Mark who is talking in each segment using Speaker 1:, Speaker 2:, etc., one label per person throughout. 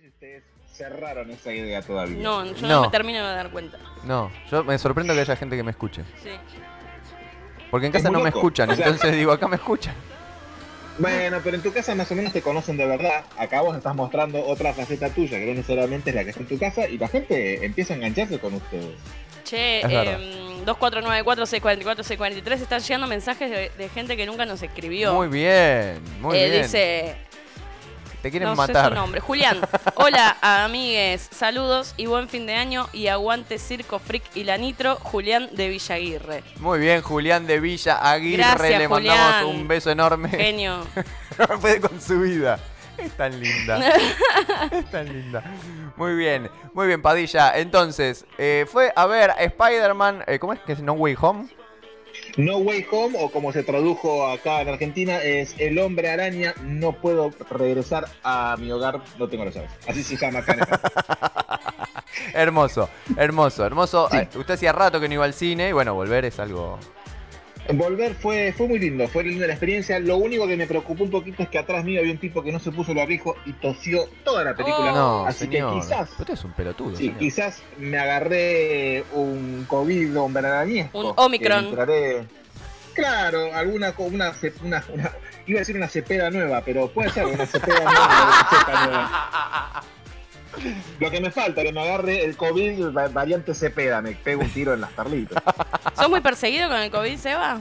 Speaker 1: si ustedes cerraron esa idea todavía.
Speaker 2: No, yo no,
Speaker 3: No.
Speaker 2: me termino de dar cuenta.
Speaker 3: No, yo me sorprendo que haya gente que me escuche.
Speaker 2: Sí.
Speaker 3: Porque en
Speaker 1: Es
Speaker 3: casa
Speaker 1: muy
Speaker 3: no me
Speaker 1: loco.
Speaker 3: escuchan,
Speaker 1: O sea-
Speaker 3: entonces digo, acá me escuchan.
Speaker 1: Bueno, pero en tu casa más o menos te conocen de verdad. Acá vos estás mostrando otra faceta tuya, que no necesariamente es la que está en tu casa, y la gente empieza a engancharse con ustedes.
Speaker 2: Che,
Speaker 3: Es verdad.
Speaker 2: eh, 2494-644-643 están llegando mensajes de, de gente que nunca nos escribió.
Speaker 3: Muy bien, muy
Speaker 2: Eh,
Speaker 3: bien.
Speaker 2: Dice,
Speaker 3: Te quieren
Speaker 2: no sé
Speaker 3: matar.
Speaker 2: su nombre. Julián, hola amigues, saludos y buen fin de año y aguante Circo Freak y la Nitro, Julián de Villaguirre.
Speaker 3: Muy bien, Julián de Villa Aguirre,
Speaker 2: Gracias,
Speaker 3: le mandamos
Speaker 2: Julián.
Speaker 3: un beso enorme.
Speaker 2: Genio.
Speaker 3: No puede con su vida. Es tan linda. es tan linda. Muy bien, muy bien, Padilla. Entonces, eh, fue a ver Spider-Man, eh, ¿cómo es que es No Way Home?
Speaker 1: No Way Home, o como se tradujo acá en Argentina, es El Hombre Araña, no puedo regresar a mi hogar, no tengo las llaves. Así se llama acá en Argentina.
Speaker 3: Hermoso, hermoso, hermoso. Eh, usted hacía rato que no iba al cine y bueno, volver es algo...
Speaker 1: Volver fue, fue muy lindo, fue linda la experiencia. Lo único que me preocupó un poquito es que atrás mío había un tipo que no se puso el barbijo y tosió toda la película.
Speaker 2: Oh.
Speaker 3: No,
Speaker 1: Así
Speaker 3: señor.
Speaker 1: que quizás...
Speaker 3: Usted es un pelotudo.
Speaker 1: Sí,
Speaker 3: señor.
Speaker 1: quizás me agarré un COVID o un veraniego.
Speaker 2: Un Omicron.
Speaker 1: que entraré- Claro, alguna co- una, ce- una- una- iba a decir una cepeda nueva, pero puede ser una cepeda nueva, una cepa nueva. Lo que me falta, que me agarre el COVID va- variante cepeda, me pego un tiro en las perlitas.
Speaker 2: ¿Sos muy perseguido con el COVID, Seba?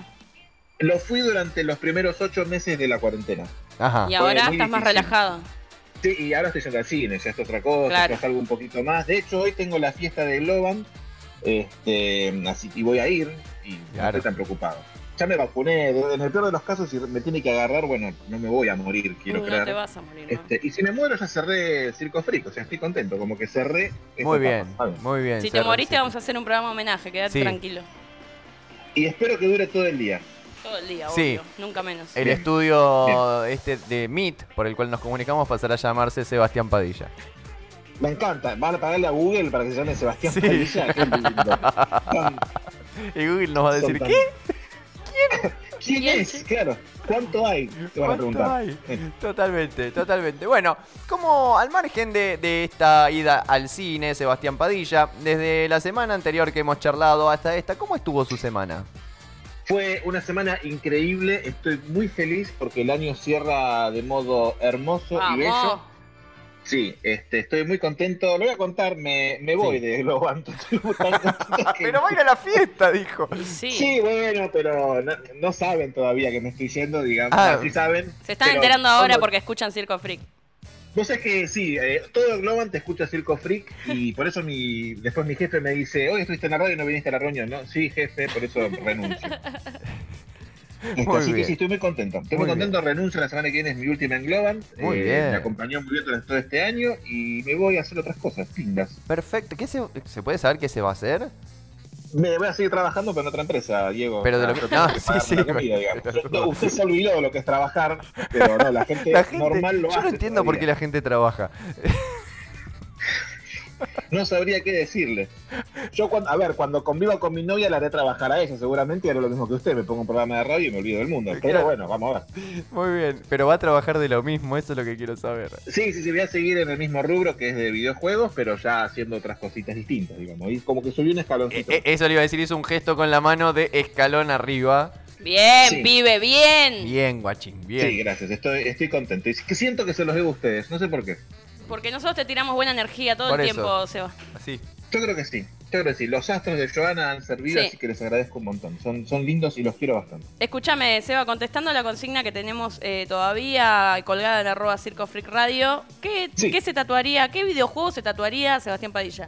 Speaker 1: Lo fui durante los primeros ocho meses de la cuarentena.
Speaker 3: Ajá.
Speaker 2: y ahora
Speaker 1: muy
Speaker 2: estás más
Speaker 1: difícil.
Speaker 2: relajado.
Speaker 1: Sí, y ahora estoy yendo al cine, ya esto es otra cosa,
Speaker 2: Claro.
Speaker 1: ya es algo un poquito más. De hecho, hoy tengo la fiesta de Globan, este, así y voy a ir, y no
Speaker 3: Claro.
Speaker 1: estoy tan preocupado. Ya me vacuné, de- en el peor de los casos, si me tiene que agarrar, bueno, no me voy a morir, quiero
Speaker 2: no
Speaker 1: creer.
Speaker 2: te vas a morir. ¿no?
Speaker 1: Este, y si me muero, ya cerré el Circo Frico, o sea, estoy contento, como que cerré. esta etapa,
Speaker 3: Muy bien,
Speaker 1: está bien.
Speaker 3: muy bien.
Speaker 2: Si te
Speaker 3: Sergio.
Speaker 2: moriste, vamos a hacer un programa homenaje, quedate
Speaker 3: Sí.
Speaker 2: tranquilo.
Speaker 1: Y espero que dure todo el día.
Speaker 2: Todo el día,
Speaker 3: Sí. Eh,
Speaker 2: obvio. Nunca menos.
Speaker 3: El
Speaker 1: Bien.
Speaker 3: estudio este de Meet, por el cual nos comunicamos, pasará a llamarse Sebastián Padilla.
Speaker 1: Me encanta, van a pagarle a Google para que se llame Sebastián
Speaker 3: Sí.
Speaker 1: Padilla, qué lindo. Tan-
Speaker 3: Y Google nos va a decir,
Speaker 1: son tan-
Speaker 3: ¿qué?
Speaker 1: ¿Quién,
Speaker 2: ¿Quién?
Speaker 1: es? Claro, ¿cuánto hay? Te van a
Speaker 3: ¿Cuánto
Speaker 1: preguntar.
Speaker 3: hay? Totalmente, totalmente. Bueno, como al margen de, de esta ida al cine, Sebastián Padilla, desde la semana anterior que hemos charlado hasta esta, ¿cómo estuvo su semana?
Speaker 1: Fue una semana increíble, estoy muy feliz porque el año cierra de modo hermoso y
Speaker 2: Vamos.
Speaker 1: bello. Sí, este, estoy muy contento, lo voy a contar, me, me voy
Speaker 3: Sí.
Speaker 1: de Globan. estoy tan contento que-
Speaker 3: Ah, Pero va a ir a la fiesta, dijo.
Speaker 2: Y sí.
Speaker 1: Sí, bueno, pero no, no saben todavía que me estoy yendo, digamos,
Speaker 3: Ah.
Speaker 1: así saben.
Speaker 2: Se están
Speaker 1: pero
Speaker 2: enterando ahora
Speaker 1: cuando-
Speaker 2: porque escuchan Circo Freak.
Speaker 1: Vos sabés que sí, eh, todo Globan te escucha Circo Freak y por eso mi después mi jefe me dice, hoy estuviste en la radio y no viniste a la reunión, ¿no? Sí, jefe, por eso renuncio. Este,
Speaker 3: Muy
Speaker 1: así que
Speaker 3: bien.
Speaker 1: sí, estoy muy contento. Estoy
Speaker 3: Muy
Speaker 1: muy, contento, renuncio la semana que viene, es mi última en Globan.
Speaker 3: Muy
Speaker 1: Eh,
Speaker 3: bien.
Speaker 1: Me acompañó muy bien durante todo este año y me voy a hacer otras cosas, lindas.
Speaker 3: Perfecto. ¿Qué se, se puede saber qué se va a hacer?
Speaker 1: Me voy a seguir trabajando para otra empresa, Diego.
Speaker 3: Pero de lo
Speaker 1: Ah,
Speaker 3: que-
Speaker 1: yo tengo
Speaker 3: no, sí,
Speaker 1: pagarme
Speaker 3: sí,
Speaker 1: la comida,
Speaker 3: pero-
Speaker 1: digamos. Yo- no, usted se olvidó de lo que es trabajar, pero no, la gente,
Speaker 3: La gente,
Speaker 1: normal lo
Speaker 3: yo
Speaker 1: hace.
Speaker 3: no entiendo por qué la gente trabaja.
Speaker 1: No sabría qué decirle. Yo, cuando, a ver, cuando conviva con mi novia la haré trabajar a ella, seguramente y haré lo mismo que usted. Me pongo un programa de radio y me olvido del mundo.
Speaker 3: Claro.
Speaker 1: Pero bueno, vamos a ver.
Speaker 3: Muy bien, pero va a trabajar de lo mismo, eso es lo que quiero saber.
Speaker 1: Sí, sí, sí, voy a seguir en el mismo rubro que es de videojuegos, pero ya haciendo otras cositas distintas, digamos. Y como que subí un
Speaker 3: Eh,
Speaker 1: escaloncito.
Speaker 3: eh, Eso le iba a decir, hizo un gesto con la mano de escalón arriba.
Speaker 2: Bien,
Speaker 1: Sí.
Speaker 2: pibe, bien.
Speaker 3: Bien, guachín, bien.
Speaker 1: Sí, gracias, estoy, estoy contento. Y que siento que se los debo a ustedes, no sé por qué.
Speaker 2: Porque nosotros te tiramos buena energía todo
Speaker 3: Por
Speaker 2: el
Speaker 3: eso.
Speaker 2: tiempo, Seba.
Speaker 3: Así.
Speaker 1: Yo creo que sí, yo creo que sí. Los astros de Joana han servido,
Speaker 2: Sí.
Speaker 1: así que les agradezco un montón. Son, son lindos y los quiero bastante.
Speaker 2: Escúchame, Seba, contestando la consigna que tenemos eh, todavía colgada en arroba Circo Freak Radio, ¿qué,
Speaker 1: Sí.
Speaker 2: ¿qué se tatuaría, qué videojuego se tatuaría Sebastián Padilla?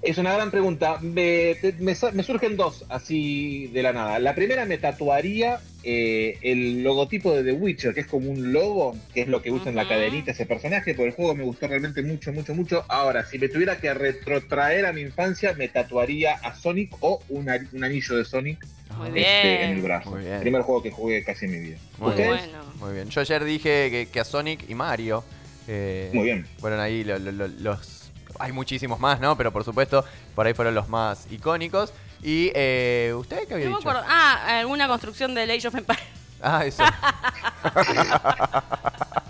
Speaker 1: Es una gran pregunta. Me, te- me sa- me surgen dos así de la nada. La primera me tatuaría eh, el logotipo de The Witcher, que es como un logo, que es lo que usa en la
Speaker 2: Ujú.
Speaker 1: cadenita ese personaje, porque el juego me gustó realmente mucho, mucho, mucho. Ahora, si me tuviera que retrotraer a mi infancia, me tatuaría a Sonic o un, ari- un anillo de Sonic
Speaker 2: Muy
Speaker 3: Ah,
Speaker 2: bien.
Speaker 1: este, en el brazo.
Speaker 3: Muy bien.
Speaker 1: Primer juego que jugué casi en mi vida.
Speaker 3: Muy
Speaker 2: Muy
Speaker 3: bien.
Speaker 1: ¿Ustedes?
Speaker 2: bueno.
Speaker 3: Muy bien. Yo ayer dije que, que a Sonic y Mario eh,
Speaker 1: Muy bien.
Speaker 3: fueron ahí lo- lo- lo- los... Hay muchísimos más, ¿no? Pero por supuesto, por ahí fueron los más icónicos. ¿Y eh, usted qué había
Speaker 2: No me
Speaker 3: dicho?
Speaker 2: acuerdo. Ah, alguna construcción de Age of Empires.
Speaker 3: Ah, eso.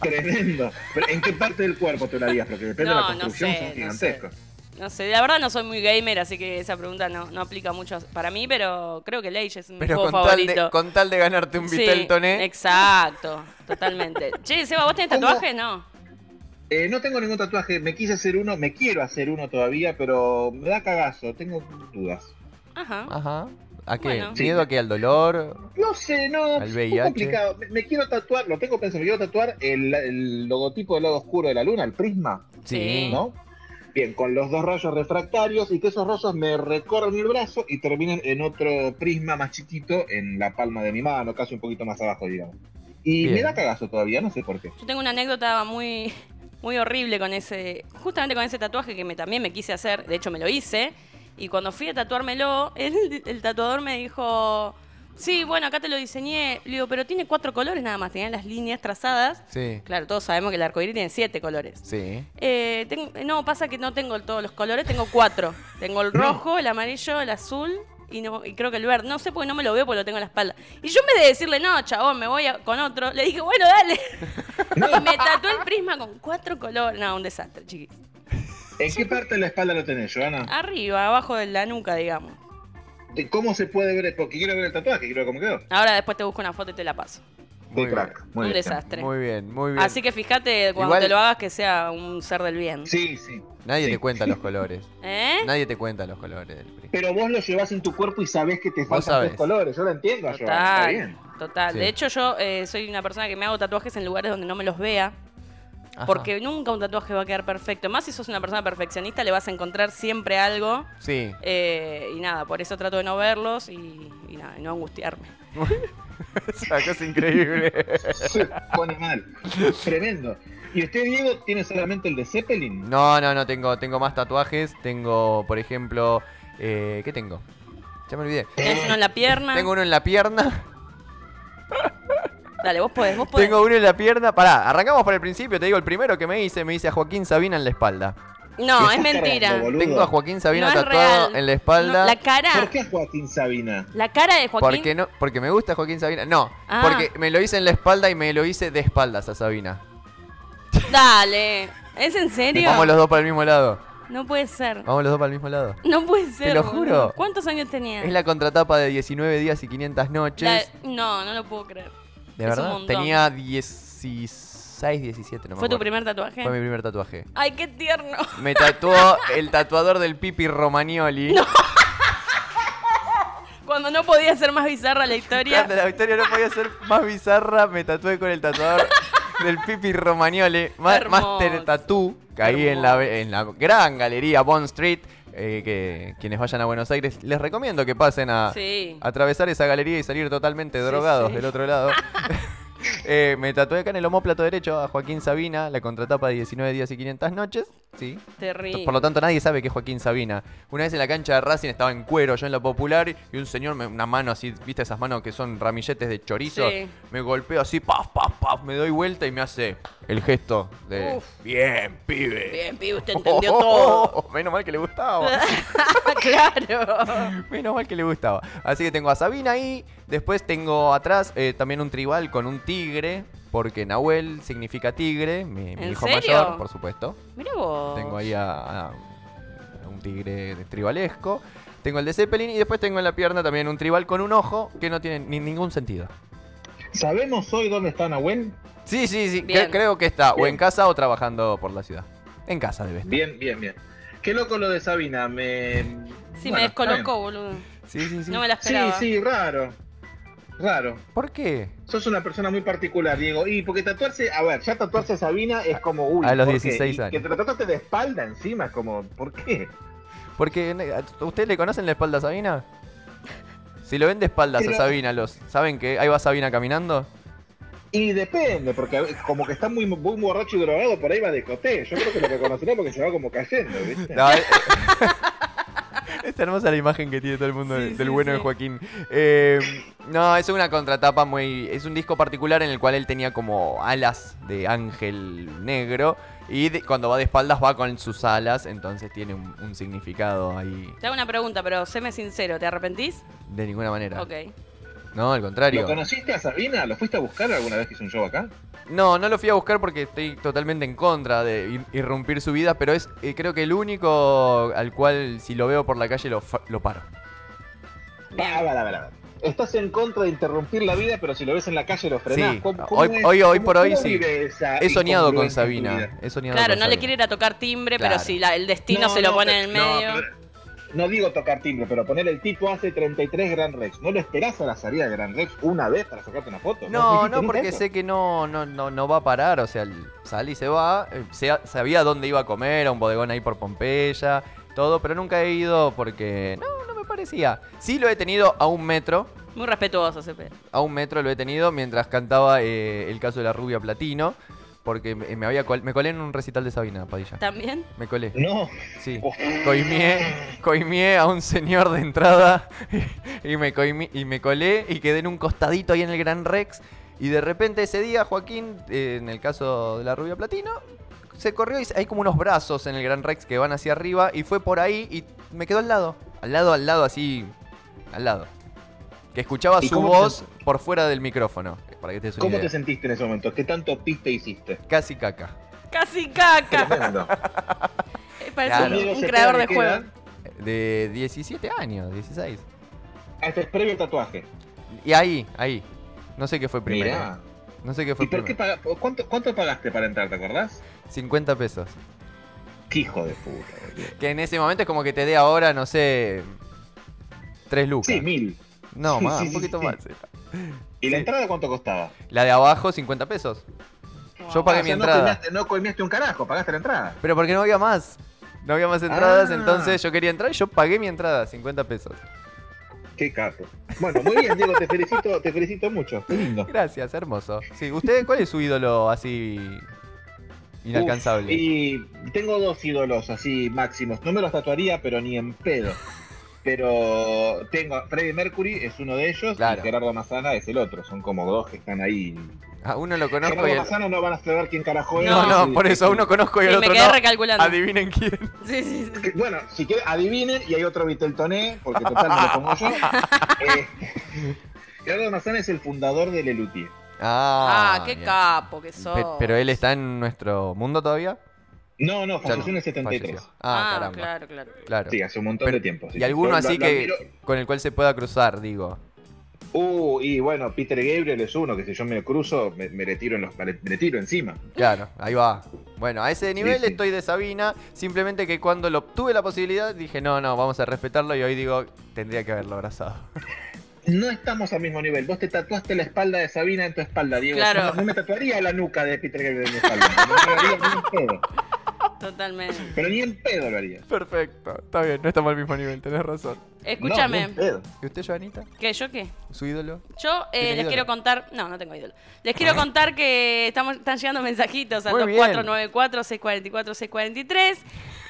Speaker 1: Tremendo. Pero, ¿En qué parte del cuerpo te lo harías? Porque depende de
Speaker 2: No,
Speaker 1: la
Speaker 2: no
Speaker 1: construcción,
Speaker 2: sé,
Speaker 1: son
Speaker 2: no
Speaker 1: gigantescos.
Speaker 2: No sé, la verdad no soy muy gamer, así que esa pregunta no, no aplica mucho para mí, pero creo que el Age es mi
Speaker 3: Pero
Speaker 2: juego
Speaker 3: con tal,
Speaker 2: favorito.
Speaker 3: de, con tal de ganarte un
Speaker 2: Sí,
Speaker 3: Vitel Toné.
Speaker 2: Exacto, totalmente. che, Seba, ¿vos tenés
Speaker 1: ¿Cómo?
Speaker 2: tatuajes? No.
Speaker 1: Eh, no tengo ningún tatuaje, me quise hacer uno, me quiero hacer uno todavía, pero me da cagazo, tengo dudas.
Speaker 2: Ajá.
Speaker 3: Ajá. ¿A qué?
Speaker 2: Bueno.
Speaker 3: ¿Miedo a qué? ¿Al dolor?
Speaker 1: No sé, no,
Speaker 3: Al
Speaker 1: es
Speaker 3: VIH.
Speaker 1: complicado. Me, me quiero tatuar, lo tengo pensado, me quiero tatuar el, el logotipo del lado oscuro de la luna, el prisma,
Speaker 2: Sí.
Speaker 1: ¿no? Bien, con los dos rayos refractarios y que esos rayos me recorren el brazo y terminen en otro prisma más chiquito en la palma de mi mano, casi un poquito más abajo, digamos. Y
Speaker 3: Bien.
Speaker 1: me da cagazo todavía, no sé por qué.
Speaker 2: Yo tengo una anécdota muy, muy horrible con ese, justamente con ese tatuaje que me, también me quise hacer, de hecho me lo hice, y cuando fui a tatuármelo, el, el tatuador me dijo, sí, bueno, acá te lo diseñé, le digo, pero tiene cuatro colores nada más, tenía las líneas trazadas.
Speaker 3: Sí.
Speaker 2: Claro, todos sabemos que el arcoíris tiene siete colores.
Speaker 3: Sí.
Speaker 2: Eh, ten- no, pasa que no tengo todos los colores, tengo cuatro. Tengo el rojo, el amarillo, el azul y, no- y creo que el verde. No sé porque no me lo veo porque lo tengo en la espalda. Y yo en vez de decirle, no, chabón, me voy a- con otro, le dije, bueno, dale. y me tatué el prisma con cuatro colores. No, un desastre, chiquis.
Speaker 1: ¿En qué parte de la espalda lo tenés,
Speaker 2: Ah.
Speaker 1: Joana?
Speaker 2: Arriba, abajo de la nuca, digamos.
Speaker 1: ¿De ¿Cómo se puede ver? Porque quiero ver el tatuaje, quiero ver cómo quedó.
Speaker 2: Ahora después te busco una foto y te la paso.
Speaker 3: Muy
Speaker 1: De crack. Muy bien.
Speaker 2: un desastre.
Speaker 3: Muy bien, muy bien.
Speaker 2: Así que fíjate cuando
Speaker 3: Igual-
Speaker 2: te lo hagas que sea un ser del bien.
Speaker 1: Sí, sí.
Speaker 3: Nadie
Speaker 1: Sí.
Speaker 3: te cuenta los colores.
Speaker 2: ¿Eh?
Speaker 3: Nadie te cuenta los colores del PRI.
Speaker 1: Pero vos lo llevas en tu cuerpo y sabés que te
Speaker 3: Vos
Speaker 1: faltan
Speaker 3: sabés.
Speaker 1: tres colores. Yo lo entiendo, yo. Está
Speaker 2: Total,
Speaker 1: bien.
Speaker 2: total.
Speaker 3: Sí.
Speaker 2: De hecho, yo eh, soy una persona que me hago tatuajes en lugares donde no me los vea,
Speaker 3: Ajá.
Speaker 2: porque nunca un tatuaje va a quedar perfecto. Más si sos una persona perfeccionista, le vas a encontrar siempre algo.
Speaker 3: Sí.
Speaker 2: eh, y nada, por eso trato de no verlos y, y nada, y no angustiarme.
Speaker 3: es una cosa increíble.
Speaker 1: Se pone mal. Tremendo. ¿Y usted, Diego, tiene solamente el de Zeppelin?
Speaker 3: No, no, no, tengo, tengo más tatuajes. Tengo, por ejemplo, eh, ¿qué tengo? Ya me olvidé.
Speaker 2: Tenés uno en la pierna.
Speaker 3: Tengo uno en la pierna.
Speaker 2: Dale, vos podés, vos podés.
Speaker 3: Tengo uno en la pierna. Pará, arrancamos por el principio. Te digo, el primero que me hice, me hice a Joaquín Sabina en la espalda.
Speaker 2: No,
Speaker 1: Me
Speaker 2: es
Speaker 1: estás
Speaker 2: mentira.
Speaker 1: cargando, boludo.
Speaker 3: Tengo a Joaquín Sabina
Speaker 2: no es
Speaker 3: tatuado
Speaker 2: real.
Speaker 3: en la espalda.
Speaker 2: No, la cara.
Speaker 1: ¿Por qué a Joaquín Sabina?
Speaker 2: La cara de Joaquín.
Speaker 3: Porque no, porque me gusta Joaquín Sabina. No,
Speaker 2: Ah.
Speaker 3: porque me lo hice en la espalda y me lo hice de espaldas a Sabina.
Speaker 2: Dale. ¿Es en serio?
Speaker 3: Vamos los dos para el mismo lado.
Speaker 2: No puede ser.
Speaker 3: Vamos los dos para el mismo lado.
Speaker 2: No puede ser.
Speaker 3: lo
Speaker 2: boludo.
Speaker 3: juro.
Speaker 2: ¿Cuántos años tenía?
Speaker 3: Es la contratapa de 19 días y 500
Speaker 2: La-
Speaker 3: noches.
Speaker 2: No, no lo puedo creer.
Speaker 3: de
Speaker 2: es un
Speaker 3: verdad.
Speaker 2: montón.
Speaker 3: Tenía 16, 17, no me
Speaker 2: ¿Fue tu
Speaker 3: acuerdo.
Speaker 2: primer tatuaje?
Speaker 3: Fue mi primer tatuaje.
Speaker 2: Ay, qué tierno.
Speaker 3: Me tatuó el tatuador del Pipi Romagnoli.
Speaker 2: Cuando no podía ser más bizarra la historia.
Speaker 3: Cuando la victoria no podía ser más bizarra, me tatué con el tatuador del Pipi Romagnoli. Ma-
Speaker 2: Hermoso.
Speaker 3: Master Tattoo. Caí en la, en la gran galería Bond Street. eh, que quienes vayan a Buenos Aires, les recomiendo que pasen a,
Speaker 2: Sí.
Speaker 3: atravesar esa galería y salir totalmente
Speaker 2: Sí,
Speaker 3: drogados
Speaker 2: sí.
Speaker 3: del otro lado. Eh, me tatué acá en el homóplato derecho a Joaquín Sabina, la contratapa de 19 días y 500 noches. Sí.
Speaker 2: Terrible.
Speaker 3: Por lo tanto, nadie sabe que es Joaquín Sabina. Una vez en la cancha de Racing estaba en cuero, yo en la popular, y un señor, me, una mano así, viste esas manos que son ramilletes de chorizo,
Speaker 2: Sí.
Speaker 3: me golpeó así, paf, paf, paf, me doy vuelta y me hace el gesto de.
Speaker 2: Uf.
Speaker 3: Bien, pibe.
Speaker 2: Bien, pibe, usted entendió
Speaker 3: Oh, oh,
Speaker 2: todo.
Speaker 3: oh, oh, Menos mal que le gustaba.
Speaker 2: claro.
Speaker 3: Menos mal que le gustaba. Así que tengo a Sabina ahí. Después tengo atrás eh, también un tribal con un tigre. Porque Nahuel significa tigre. Mi, mi
Speaker 2: ¿En
Speaker 3: hijo
Speaker 2: serio?
Speaker 3: mayor, por supuesto.
Speaker 2: Mira vos.
Speaker 3: Tengo ahí a, a- a un tigre de- tribalesco. Tengo el de Zeppelin. Y después tengo en la pierna también un tribal con un ojo que no tiene ni ningún sentido.
Speaker 1: ¿Sabemos hoy dónde está Nahuel?
Speaker 3: Sí, sí, sí. cre-
Speaker 2: Bien.
Speaker 3: creo que está o
Speaker 1: Bien.
Speaker 3: en casa o trabajando por la ciudad. En casa debe estar.
Speaker 1: Bien, bien, bien. Qué loco lo de Sabina, me...
Speaker 2: Sí,
Speaker 1: Bueno,
Speaker 2: me
Speaker 1: está
Speaker 2: descolocó, boludo.
Speaker 3: Sí, sí, sí.
Speaker 2: No me la
Speaker 1: bien. Sí,
Speaker 2: esperaba.
Speaker 1: sí, raro. Raro.
Speaker 3: ¿Por qué?
Speaker 1: Sos una persona muy particular, Diego. Y porque tatuarse, a ver, ya tatuarse a Sabina es como uy.
Speaker 3: A los
Speaker 1: ¿por qué?
Speaker 3: 16
Speaker 1: Y
Speaker 3: años.
Speaker 1: Que te lo trataste de espalda encima, es como, ¿por qué?
Speaker 3: Porque eh, ¿ustedes le conocen la espalda a Sabina? Si lo ven de espaldas a
Speaker 1: Pero-
Speaker 3: Sabina, los ¿saben que ahí va Sabina caminando?
Speaker 1: Y depende, porque a ver, como que está muy, muy borracho y drogado, por ahí va de coté. Yo creo que lo reconocerá porque se va como cayendo, ¿viste?
Speaker 3: No, eh, es hermosa la imagen que tiene todo el mundo
Speaker 2: Sí,
Speaker 3: del
Speaker 2: sí,
Speaker 3: bueno
Speaker 2: sí.
Speaker 3: de Joaquín. Eh, no, es una contratapa muy... Es un disco particular en el cual él tenía como alas de ángel negro y de- cuando va de espaldas va con sus alas, entonces tiene un, un significado ahí
Speaker 2: Te hago una pregunta, pero séme sincero, ¿te arrepentís?
Speaker 3: de ninguna manera.
Speaker 2: Ok.
Speaker 3: No, al contrario.
Speaker 1: ¿Lo conociste a Sabina? ¿Lo fuiste a buscar alguna vez que hizo un show acá?
Speaker 3: No, no lo fui a buscar porque estoy totalmente en contra de ir- irrumpir su vida, pero es eh, creo que el único al cual si lo veo por la calle lo, fa- lo paro.
Speaker 1: Para, para, para. Estás en contra de interrumpir la vida, pero si lo ves en la calle lo frenás.
Speaker 3: Sí,
Speaker 1: ¿Cómo-
Speaker 3: hoy-
Speaker 1: cómo
Speaker 3: hoy- hoy
Speaker 1: cómo-
Speaker 3: por hoy
Speaker 1: cómo
Speaker 3: sí.
Speaker 1: vive esa
Speaker 3: He soñado con
Speaker 1: incongruencia en tu vida?
Speaker 3: Sabina. He soñado
Speaker 2: Claro,
Speaker 3: con
Speaker 2: no le
Speaker 3: Sabina.
Speaker 2: quiere ir a tocar timbre,
Speaker 3: Claro.
Speaker 2: pero si la- el destino
Speaker 1: No,
Speaker 2: se lo
Speaker 1: no,
Speaker 2: pone
Speaker 1: pero-
Speaker 2: en el
Speaker 1: no,
Speaker 2: medio.
Speaker 1: pero- No digo tocar timbre, pero poner el tipo hace 33 Grand Rex. ¿No lo esperás a la salida de Grand Rex una vez para sacarte una foto?
Speaker 3: No,
Speaker 1: dijiste
Speaker 3: no,
Speaker 1: nunca
Speaker 3: porque
Speaker 1: eso?
Speaker 3: sé que no, no, no, no va a parar. O sea, el- sale y se va. eh, sea- sabía dónde iba a comer, a un bodegón ahí por Pompeya, todo, pero nunca he ido porque no, no me parecía. Sí lo he tenido a un metro.
Speaker 2: Muy respetuoso, CP.
Speaker 3: A un metro lo he tenido mientras cantaba eh, el caso de la rubia platino. Porque me, me había col- me colé en un recital de Sabina Padilla.
Speaker 2: ¿También?
Speaker 3: Me colé.
Speaker 1: No.
Speaker 3: Sí.
Speaker 1: Uf.
Speaker 3: Coimié, coimié Oh. a un señor de entrada y me, coimí- y me colé y quedé en un costadito ahí en el Gran Rex. Y de repente ese día, Joaquín, eh, en el caso de la rubia platino, se corrió y se- hay como unos brazos en el Gran Rex que van hacia arriba y fue por ahí y me quedó al lado. Al lado, al lado, así. Al lado. Que escuchaba
Speaker 1: ¿Y
Speaker 3: su
Speaker 1: cómo te
Speaker 3: voz por fuera del micrófono. Para que te des una
Speaker 1: ¿Cómo
Speaker 3: idea.
Speaker 1: te sentiste en ese momento? ¿Qué tanto piste hiciste?
Speaker 3: Casi caca.
Speaker 2: Casi caca.
Speaker 1: Tremendo.
Speaker 2: Eh, Parece
Speaker 3: Claro.
Speaker 2: un- un,
Speaker 1: Diego Cepeda
Speaker 2: creador
Speaker 1: le
Speaker 2: de
Speaker 1: queda-
Speaker 2: juegos.
Speaker 3: De 17 años,
Speaker 1: Hasta
Speaker 3: 16.
Speaker 1: es Ah, este, previo al tatuaje.
Speaker 3: Y ahí, ahí. No sé qué fue primero.
Speaker 1: Mirá.
Speaker 3: No sé qué
Speaker 1: ¿Y
Speaker 3: fue
Speaker 1: por qué
Speaker 3: primero.
Speaker 1: paga- cuánto, cuánto pagaste para entrar, te acordás?
Speaker 3: 50 pesos.
Speaker 1: ¡Qué hijo de puta! boludo.
Speaker 3: Que en ese momento es como que te dé ahora, no sé, 3 lucas.
Speaker 1: Sí, mil.
Speaker 3: no,
Speaker 1: sí,
Speaker 3: más,
Speaker 1: sí,
Speaker 3: un
Speaker 1: sí,
Speaker 3: poquito
Speaker 1: sí.
Speaker 3: más. sí.
Speaker 1: ¿Y la
Speaker 3: Sí.
Speaker 1: entrada cuánto costaba?
Speaker 3: La de abajo, 50 pesos. Yo pagué
Speaker 1: Ah, o
Speaker 3: mi
Speaker 1: sea, no
Speaker 3: entrada.
Speaker 1: coimeaste- No coimeaste un carajo, pagaste la entrada.
Speaker 3: Pero porque no había más. No había más entradas,
Speaker 1: Ah.
Speaker 3: entonces yo quería entrar y yo pagué mi entrada, 50 pesos.
Speaker 1: ¡Qué capo! Bueno, muy bien, Diego, te felicito, te felicito mucho. Qué lindo.
Speaker 3: Gracias, hermoso. Sí, ¿usted cuál es su ídolo así inalcanzable?
Speaker 1: Uf, y tengo dos ídolos así máximos. No me los tatuaría, pero ni en pedo. Pero tengo a Freddie Mercury, es uno de ellos,
Speaker 3: Claro.
Speaker 1: y Gerardo Massana es el otro. Son como dos que están ahí.
Speaker 3: A Ah, uno lo conozco y
Speaker 1: Gerardo
Speaker 3: el...
Speaker 1: Massana no van a saber quién carajo es.
Speaker 3: No, no,
Speaker 1: Sí,
Speaker 3: por
Speaker 1: sí,
Speaker 3: eso, a
Speaker 1: sí.
Speaker 3: uno conozco y el
Speaker 2: Sí, me
Speaker 3: otro
Speaker 2: quedé
Speaker 3: no.
Speaker 2: recalculando.
Speaker 3: Adivinen quién.
Speaker 2: Sí, sí, sí.
Speaker 1: Que, Bueno, si quieren, adivinen, y hay otro Viteltoné, porque total me lo pongo yo. Eh, Gerardo Massana es el fundador de Lelutier.
Speaker 2: Ah, qué
Speaker 3: bien.
Speaker 2: capo que
Speaker 3: Pe-
Speaker 2: sos.
Speaker 3: Pero él está en nuestro mundo todavía.
Speaker 1: No, no,
Speaker 3: Ya no,
Speaker 1: falleció en el 73.
Speaker 3: falleció. Ah,
Speaker 2: Ah,
Speaker 3: caramba.
Speaker 2: claro, claro.
Speaker 3: Claro.
Speaker 1: Sí, hace un montón
Speaker 3: Pero-
Speaker 1: de tiempo. sí.
Speaker 3: y alguno
Speaker 1: Lo- lo-
Speaker 3: así
Speaker 1: lo
Speaker 3: que
Speaker 1: admiro-
Speaker 3: con el cual se pueda cruzar, digo.
Speaker 1: Uh, y bueno, Peter Gabriel es uno que si yo me lo cruzo, me, me le tiro en los, me le- me le tiro encima.
Speaker 3: Claro, ahí va. Bueno, a ese nivel
Speaker 1: sí.
Speaker 3: estoy de Sabina, simplemente que cuando lo obtuve la posibilidad dije, no, no, vamos a respetarlo y hoy digo, tendría que haberlo abrazado.
Speaker 1: No estamos al mismo nivel. Vos te tatuaste la espalda de Sabina en tu espalda, Diego.
Speaker 2: Claro.
Speaker 1: No, no me tatuaría la nuca de Peter Gabriel en mi espalda. No lo haría ni en pedo.
Speaker 2: Totalmente.
Speaker 1: Pero ni en pedo lo haría.
Speaker 3: Perfecto, está bien, no estamos al mismo nivel, tenés razón.
Speaker 1: No,
Speaker 2: Escúchame.
Speaker 1: ni en pedo.
Speaker 3: ¿Y usted, Joanita?
Speaker 2: ¿Qué? ¿Yo qué?
Speaker 3: ¿Su ídolo?
Speaker 2: Yo eh,
Speaker 3: ¿Tiene
Speaker 2: les
Speaker 3: ídolo?
Speaker 2: quiero contar. No, no tengo ídolo. Les quiero contar que estamos, están llegando mensajitos al
Speaker 3: Ah. Muy bien.
Speaker 2: 2494-644-643.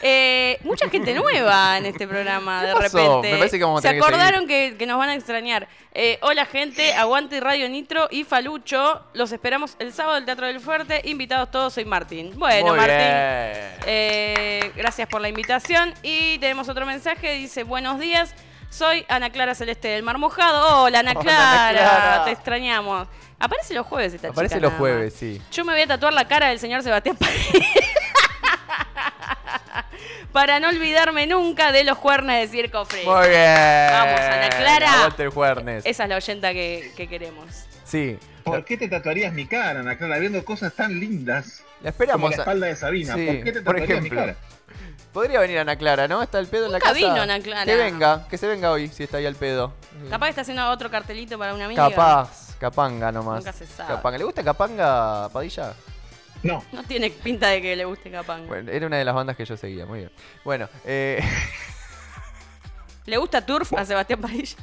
Speaker 2: Eh, mucha gente nueva en este programa,
Speaker 3: ¿Qué
Speaker 2: de
Speaker 3: pasó?
Speaker 2: repente.
Speaker 3: Me parece que vamos a
Speaker 2: Se
Speaker 3: tener que
Speaker 2: acordaron que, que nos van a extrañar. Eh, hola, gente. Aguante Radio Nitro y Falucho. Los esperamos el sábado del Teatro del Fuerte. Invitados todos, soy Martín. Bueno,
Speaker 3: Muy
Speaker 2: Martín.
Speaker 3: bien.
Speaker 2: Eh, gracias por la invitación. Y tenemos otro mensaje, dice, buenos días, soy Ana Clara Celeste del Mar Mojado. Hola Ana
Speaker 3: Hola,
Speaker 2: Clara,
Speaker 3: Ana Clara.
Speaker 2: te extrañamos. Aparece los jueves esta
Speaker 3: Aparece
Speaker 2: chica,
Speaker 3: los
Speaker 2: nada
Speaker 3: jueves,
Speaker 2: más.
Speaker 3: sí.
Speaker 2: Yo me voy a tatuar la cara del señor Sebastián Paredes. Para no olvidarme nunca de los juernes de Circo Free.
Speaker 3: Muy bien.
Speaker 2: Vamos, Ana Clara.
Speaker 3: Aguante el Juernes.
Speaker 2: Esa es la oyenta que, que queremos.
Speaker 3: Sí.
Speaker 1: ¿Por qué te tatuarías mi cara, Ana Clara? Viendo cosas tan lindas como
Speaker 3: La esperamos.
Speaker 1: la espalda de Sabina.
Speaker 3: Sí,
Speaker 1: ¿Por qué te
Speaker 3: por
Speaker 1: tatuarías mi
Speaker 3: ejemplo.
Speaker 1: cara?
Speaker 3: Podría venir Ana Clara, ¿no? Está el pedo en la
Speaker 2: Nunca
Speaker 3: casa.
Speaker 2: vino Ana Clara.
Speaker 3: Que venga, que se venga hoy, si está ahí al pedo.
Speaker 2: Capaz que está haciendo otro cartelito para una amiga.
Speaker 3: Capaz, Capanga nomás.
Speaker 2: Nunca se sabe.
Speaker 3: Capanga. ¿Le gusta Capanga, Padilla?
Speaker 1: No.
Speaker 2: No tiene pinta de que le guste Capanga.
Speaker 3: Bueno, era una de las bandas que yo seguía, muy bien. Bueno, eh,
Speaker 2: ¿Le gusta Turf a Sebastián Padilla?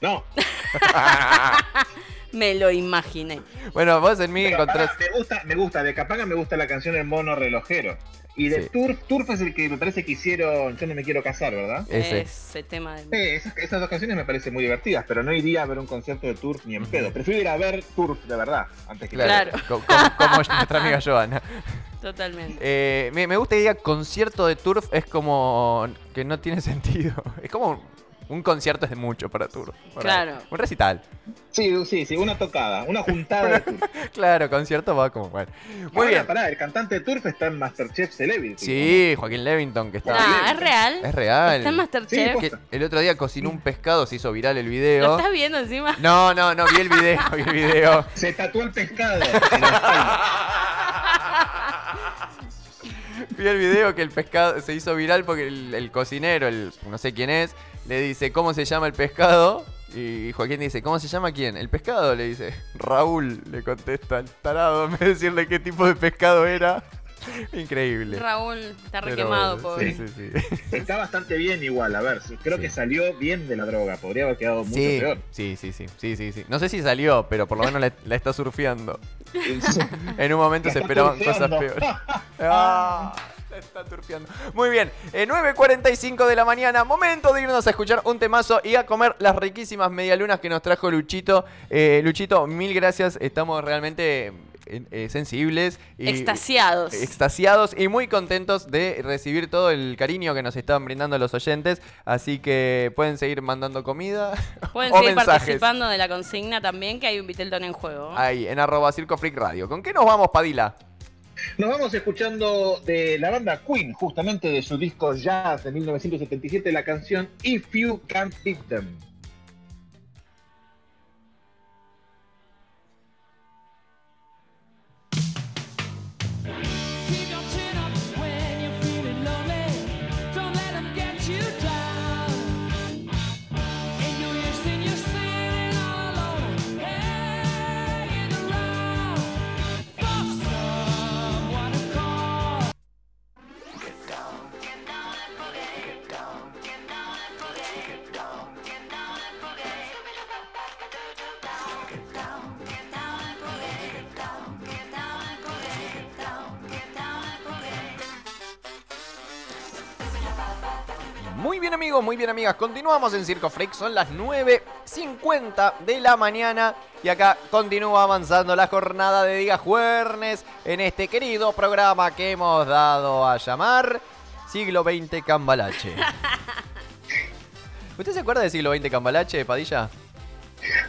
Speaker 1: No,
Speaker 2: Me lo imaginé.
Speaker 3: bueno, vos en mí
Speaker 1: Pero
Speaker 3: encontrás...
Speaker 1: pará, Ah, me gusta, me gusta, de Capanga me gusta la canción El mono relojero. Y de
Speaker 3: Sí.
Speaker 1: Turf, Turf es el que me parece que hicieron Yo no me quiero casar, ¿verdad?
Speaker 3: Ese.
Speaker 2: Ese tema de...
Speaker 1: Eh, esas, esas dos canciones me parecen muy divertidas, pero no iría a ver un concierto de Turf ni en pedo. Prefiero ir a ver Turf de verdad, antes que
Speaker 3: Claro,
Speaker 2: Claro.
Speaker 3: co- como, como nuestra amiga Joana.
Speaker 2: Totalmente.
Speaker 3: Eh, me, me gusta que diga concierto de Turf, es como que no tiene sentido. Es como Un concierto es de mucho para Turbo. Por ahí.
Speaker 2: Claro.
Speaker 3: Un recital.
Speaker 1: Sí, sí, sí, una tocada, una juntada de Turf.
Speaker 3: Claro, concierto va como bueno. Muy
Speaker 1: Ahora,
Speaker 3: bien.
Speaker 1: Pará, el cantante de Turf está en Masterchef Celebrity.
Speaker 3: Sí, Joaquín Levington, que está.
Speaker 2: Nah, ¿es
Speaker 3: Es
Speaker 2: real?
Speaker 3: real.
Speaker 2: ¿Está en Masterchef?
Speaker 1: Sí,
Speaker 3: Que el otro día cocinó un pescado, se hizo viral el
Speaker 2: ¿Lo
Speaker 3: video.
Speaker 2: estás viendo encima?
Speaker 3: No, no, no, vi el video, vi el video.
Speaker 1: Se tatuó el pescado. en la espalda.
Speaker 3: Vi el video que el pescado se hizo viral porque el, el cocinero, el no sé quién es, le dice cómo se llama el pescado. Y Joaquín dice, ¿cómo se llama quién? El pescado, le dice. Raúl, le contesta el tarado, en vez de decirle qué tipo de pescado era. Increíble.
Speaker 2: Raúl está
Speaker 3: Pero,
Speaker 2: requemado, pobre.
Speaker 3: Sí, sí, sí.
Speaker 1: está bastante bien igual, a ver, creo
Speaker 3: Sí.
Speaker 1: que salió bien de la droga, podría haber quedado mucho
Speaker 3: Sí,
Speaker 1: peor.
Speaker 3: sí, sí, sí, sí, sí, sí. No sé si salió, pero por lo menos la, la está surfeando. En un momento
Speaker 1: La
Speaker 3: se
Speaker 1: está
Speaker 3: esperaban cosas
Speaker 1: surfeando.
Speaker 3: peores. Ah, la está turfiando. Muy bien, eh, 9.45 de la mañana, momento de irnos a escuchar un temazo y a comer las riquísimas medialunas que nos trajo Luchito. Eh, Luchito, mil gracias, estamos realmente eh, eh, sensibles. Y,
Speaker 2: Extasiados.
Speaker 3: extasiados y muy contentos de recibir todo el cariño que nos están brindando los oyentes. Así que pueden seguir mandando comida
Speaker 2: Pueden
Speaker 3: o
Speaker 2: seguir
Speaker 3: mensajes.
Speaker 2: participando de la consigna también, que hay un Vitelton en juego.
Speaker 3: Ahí, en arroba Circo Freak Radio. ¿Con qué nos vamos, Padila?
Speaker 1: Nos vamos escuchando de la banda Queen, justamente de su disco Jazz de 1977, la canción If You Can't Beat Them.
Speaker 4: Keep your chin up when you're feeling lonely. Don't let 'em get you down. In your ears, then you're singing all alone, hanging around for someone to call.
Speaker 3: Muy bien amigos, muy bien amigas, continuamos en Circo Freak, son las 9.50 de la mañana y acá continúa avanzando la jornada de Diga Juernes en este querido programa que hemos dado a llamar Siglo XX Cambalache. ¿Usted se acuerda de Siglo XX Cambalache, Padilla?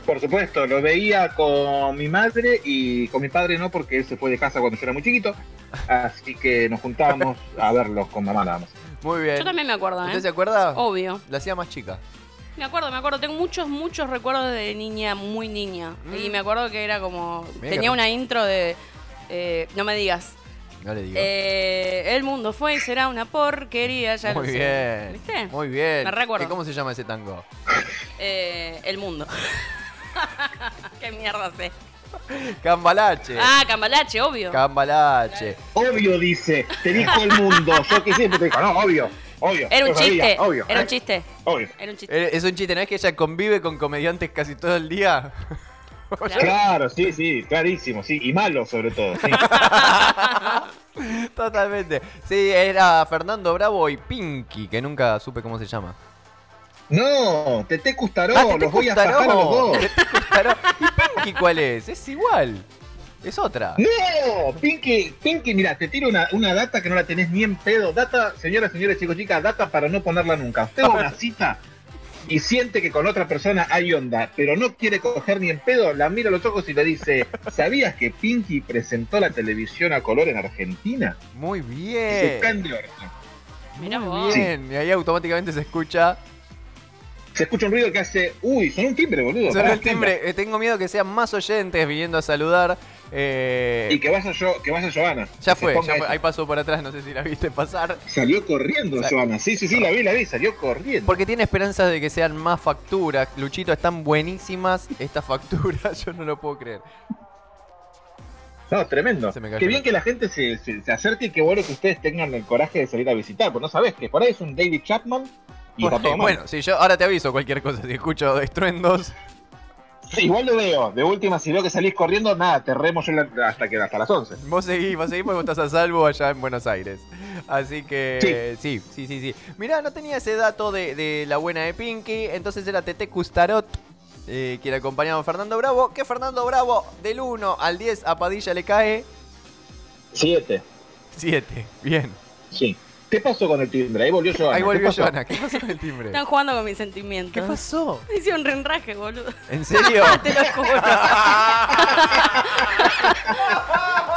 Speaker 1: Por supuesto, lo veía con mi madre y con mi padre no, porque él se fue de casa cuando yo era muy chiquito, así que nos juntábamos a verlo con mamá nada más.
Speaker 3: Muy bien.
Speaker 2: Yo también me acuerdo,
Speaker 3: ¿Usted
Speaker 2: ¿eh?
Speaker 3: se acuerda?
Speaker 2: Obvio.
Speaker 3: La hacía más chica.
Speaker 2: Me acuerdo, me acuerdo. Tengo muchos, muchos recuerdos de niña, muy niña. Y me acuerdo que era como.
Speaker 3: Mm. Mira
Speaker 2: tenía
Speaker 3: que-
Speaker 2: una intro de. eh, no me digas.
Speaker 3: No le digo.
Speaker 2: Eh, el mundo fue y será una porquería, ya lo
Speaker 3: muy
Speaker 2: sé.
Speaker 3: bien.
Speaker 2: ¿Viste?
Speaker 3: Muy bien.
Speaker 2: Me recuerdo.
Speaker 3: ¿Y ¿Cómo se llama ese tango?
Speaker 2: Eh, el mundo. ¿Qué mierda sé?
Speaker 3: Cambalache.
Speaker 2: Ah, Cambalache, obvio.
Speaker 3: Cambalache.
Speaker 1: Obvio, dice, te dijo el mundo, yo que siempre te digo, no, obvio, obvio.
Speaker 2: Era un
Speaker 1: yo sabía,
Speaker 2: chiste.
Speaker 1: obvio,
Speaker 2: Era un chiste.
Speaker 1: obvio.
Speaker 2: Era un chiste.
Speaker 3: Eh, Es un chiste, ¿no es que ella convive con comediantes casi todo el día?
Speaker 1: Claro, sí, sí, clarísimo, sí, y malo sobre todo. sí.
Speaker 3: Totalmente. Sí, era Fernando Bravo y Pinky, que nunca supe cómo se llama.
Speaker 1: No, Tete Custaró,
Speaker 3: Ah, Tete
Speaker 1: los voy a
Speaker 3: Custaró.
Speaker 1: zafar a los dos.
Speaker 3: Tete Custaró. ¿Y Pinky cuál es? Es igual. Es otra.
Speaker 1: No, Pinky, Pinky, mira, te tiro una, una data que no la tenés ni en pedo. Data, señoras, señores, chicos, chicas, data para no ponerla nunca. Usted va a una cita y siente que con otra persona hay onda, pero no quiere coger ni en pedo, la mira a los ojos y le dice, ¿sabías que Pinky presentó la televisión a color en Argentina?
Speaker 3: Muy
Speaker 1: Se
Speaker 3: bien.
Speaker 1: caen de orto.
Speaker 2: Mirá
Speaker 3: Muy
Speaker 2: vos.
Speaker 3: bien. Y ahí automáticamente se escucha.
Speaker 1: Se escucha un ruido que hace, uy, son un timbre, boludo.
Speaker 3: Sonó
Speaker 1: pará,
Speaker 3: el timbre. Eh, Tengo miedo que sean más oyentes viniendo a saludar. Eh,
Speaker 1: Y que vaya yo, que vaya Joana.
Speaker 3: ya
Speaker 1: Que se
Speaker 3: fue,
Speaker 1: ponga
Speaker 3: ya fue.
Speaker 1: eso.
Speaker 3: Ahí pasó por atrás, no sé si la viste pasar.
Speaker 1: Salió corriendo Joana. Sí, sí, sí, la vi, la vi, salió corriendo.
Speaker 3: Porque tiene esperanzas de que sean más facturas. Luchito, están buenísimas estas facturas. Yo no lo puedo creer.
Speaker 1: No, tremendo.
Speaker 3: Se me cayó.
Speaker 1: Qué bien que la gente se, se- se acerque y qué bueno que ustedes tengan el coraje de salir a visitar. Porque no sabés que por ahí es un David Chapman y
Speaker 3: Porque,
Speaker 1: está todo mal.
Speaker 3: bueno, si yo ahora te aviso cualquier cosa, si escucho estruendos.
Speaker 1: Sí, igual lo veo. De última, si veo que salís corriendo, nada, te remo yo la- hasta, que, hasta las 11.
Speaker 3: Vos seguís, vos seguís porque vos estás a salvo allá en Buenos Aires. Así que sí, sí, sí, sí. Mirá, no tenía ese dato de, de la buena de Pinky, entonces era Tete Custarot. eh, quien acompañaba a Fernando Bravo, que Fernando Bravo del 1 al 10 a Padilla le cae
Speaker 1: Siete.
Speaker 3: 7. Bien.
Speaker 1: Sí. ¿Qué pasó con el timbre? Ahí volvió Joana.
Speaker 3: Ahí
Speaker 1: ¿Qué
Speaker 3: volvió
Speaker 1: pasó?
Speaker 3: Joana. ¿Qué pasó con el timbre?
Speaker 2: Están jugando con mis sentimientos.
Speaker 3: ¿Qué pasó?
Speaker 2: Hice un renraje, boludo.
Speaker 3: ¿En serio?
Speaker 2: Te lo juro.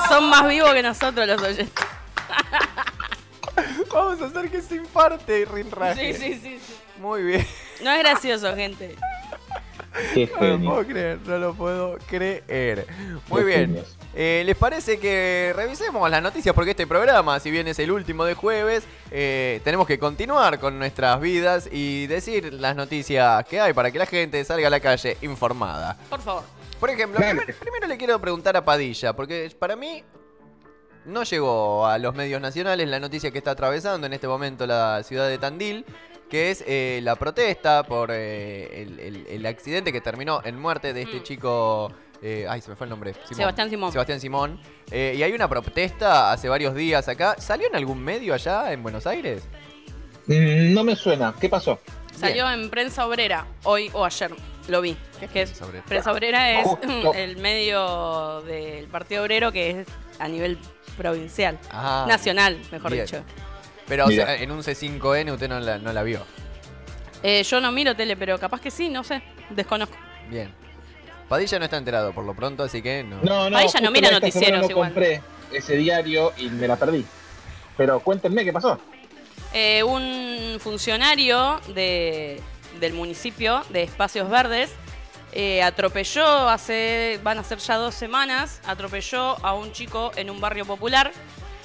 Speaker 2: Son más vivos que nosotros los oyentes.
Speaker 3: Vamos a hacer que se infarte y rinraje.
Speaker 2: Sí, sí, sí, sí.
Speaker 3: Muy bien.
Speaker 2: No es gracioso, gente.
Speaker 1: Qué
Speaker 3: No lo
Speaker 1: genio.
Speaker 3: puedo creer, no lo puedo creer. Muy
Speaker 1: Los
Speaker 3: bien.
Speaker 1: genios.
Speaker 3: Eh, ¿Les parece que revisemos las noticias? Porque este programa, si bien es el último de jueves, eh, tenemos que continuar con nuestras vidas y decir las noticias que hay para que la gente salga a la calle informada.
Speaker 2: Por favor.
Speaker 3: Por ejemplo,
Speaker 1: Dale.
Speaker 3: primer- primero le quiero preguntar a Padilla, porque para mí no llegó a los medios nacionales la noticia que está atravesando en este momento la ciudad de Tandil, que es eh, la protesta por eh, el, el- el accidente que terminó en muerte de este
Speaker 2: Mm.
Speaker 3: chico... eh, ay, se me fue el nombre. Simón.
Speaker 2: Sebastián Simón.
Speaker 3: Sebastián Simón. Eh, y hay una protesta hace varios días acá. ¿Salió en algún medio allá en Buenos Aires?
Speaker 1: Mm, No me suena. ¿Qué pasó?
Speaker 2: Salió en Prensa Obrera hoy o ayer. Lo vi. Que es-
Speaker 3: Prensa Obrera?
Speaker 2: Prensa Obrera es
Speaker 1: Justo.
Speaker 2: el medio del Partido Obrero que es a nivel provincial.
Speaker 3: Ah,
Speaker 2: Nacional, mejor
Speaker 3: bien.
Speaker 2: dicho.
Speaker 3: Pero o
Speaker 1: Mira.
Speaker 3: sea, en un C5N usted no la, no la vio.
Speaker 2: Eh, yo no miro tele, pero capaz que sí, no sé. Desconozco.
Speaker 3: Bien. Padilla no está enterado por lo pronto, así que no.
Speaker 1: No, no.
Speaker 2: Ahí ya no
Speaker 1: justo
Speaker 2: mira
Speaker 1: esta
Speaker 2: noticieros
Speaker 1: semana no
Speaker 2: igual.
Speaker 1: compré ese diario y me la perdí. Pero cuéntenme qué pasó.
Speaker 2: Eh, un funcionario de- del municipio de Espacios Verdes eh, atropelló hace, van a ser ya dos semanas, atropelló a un chico en un barrio popular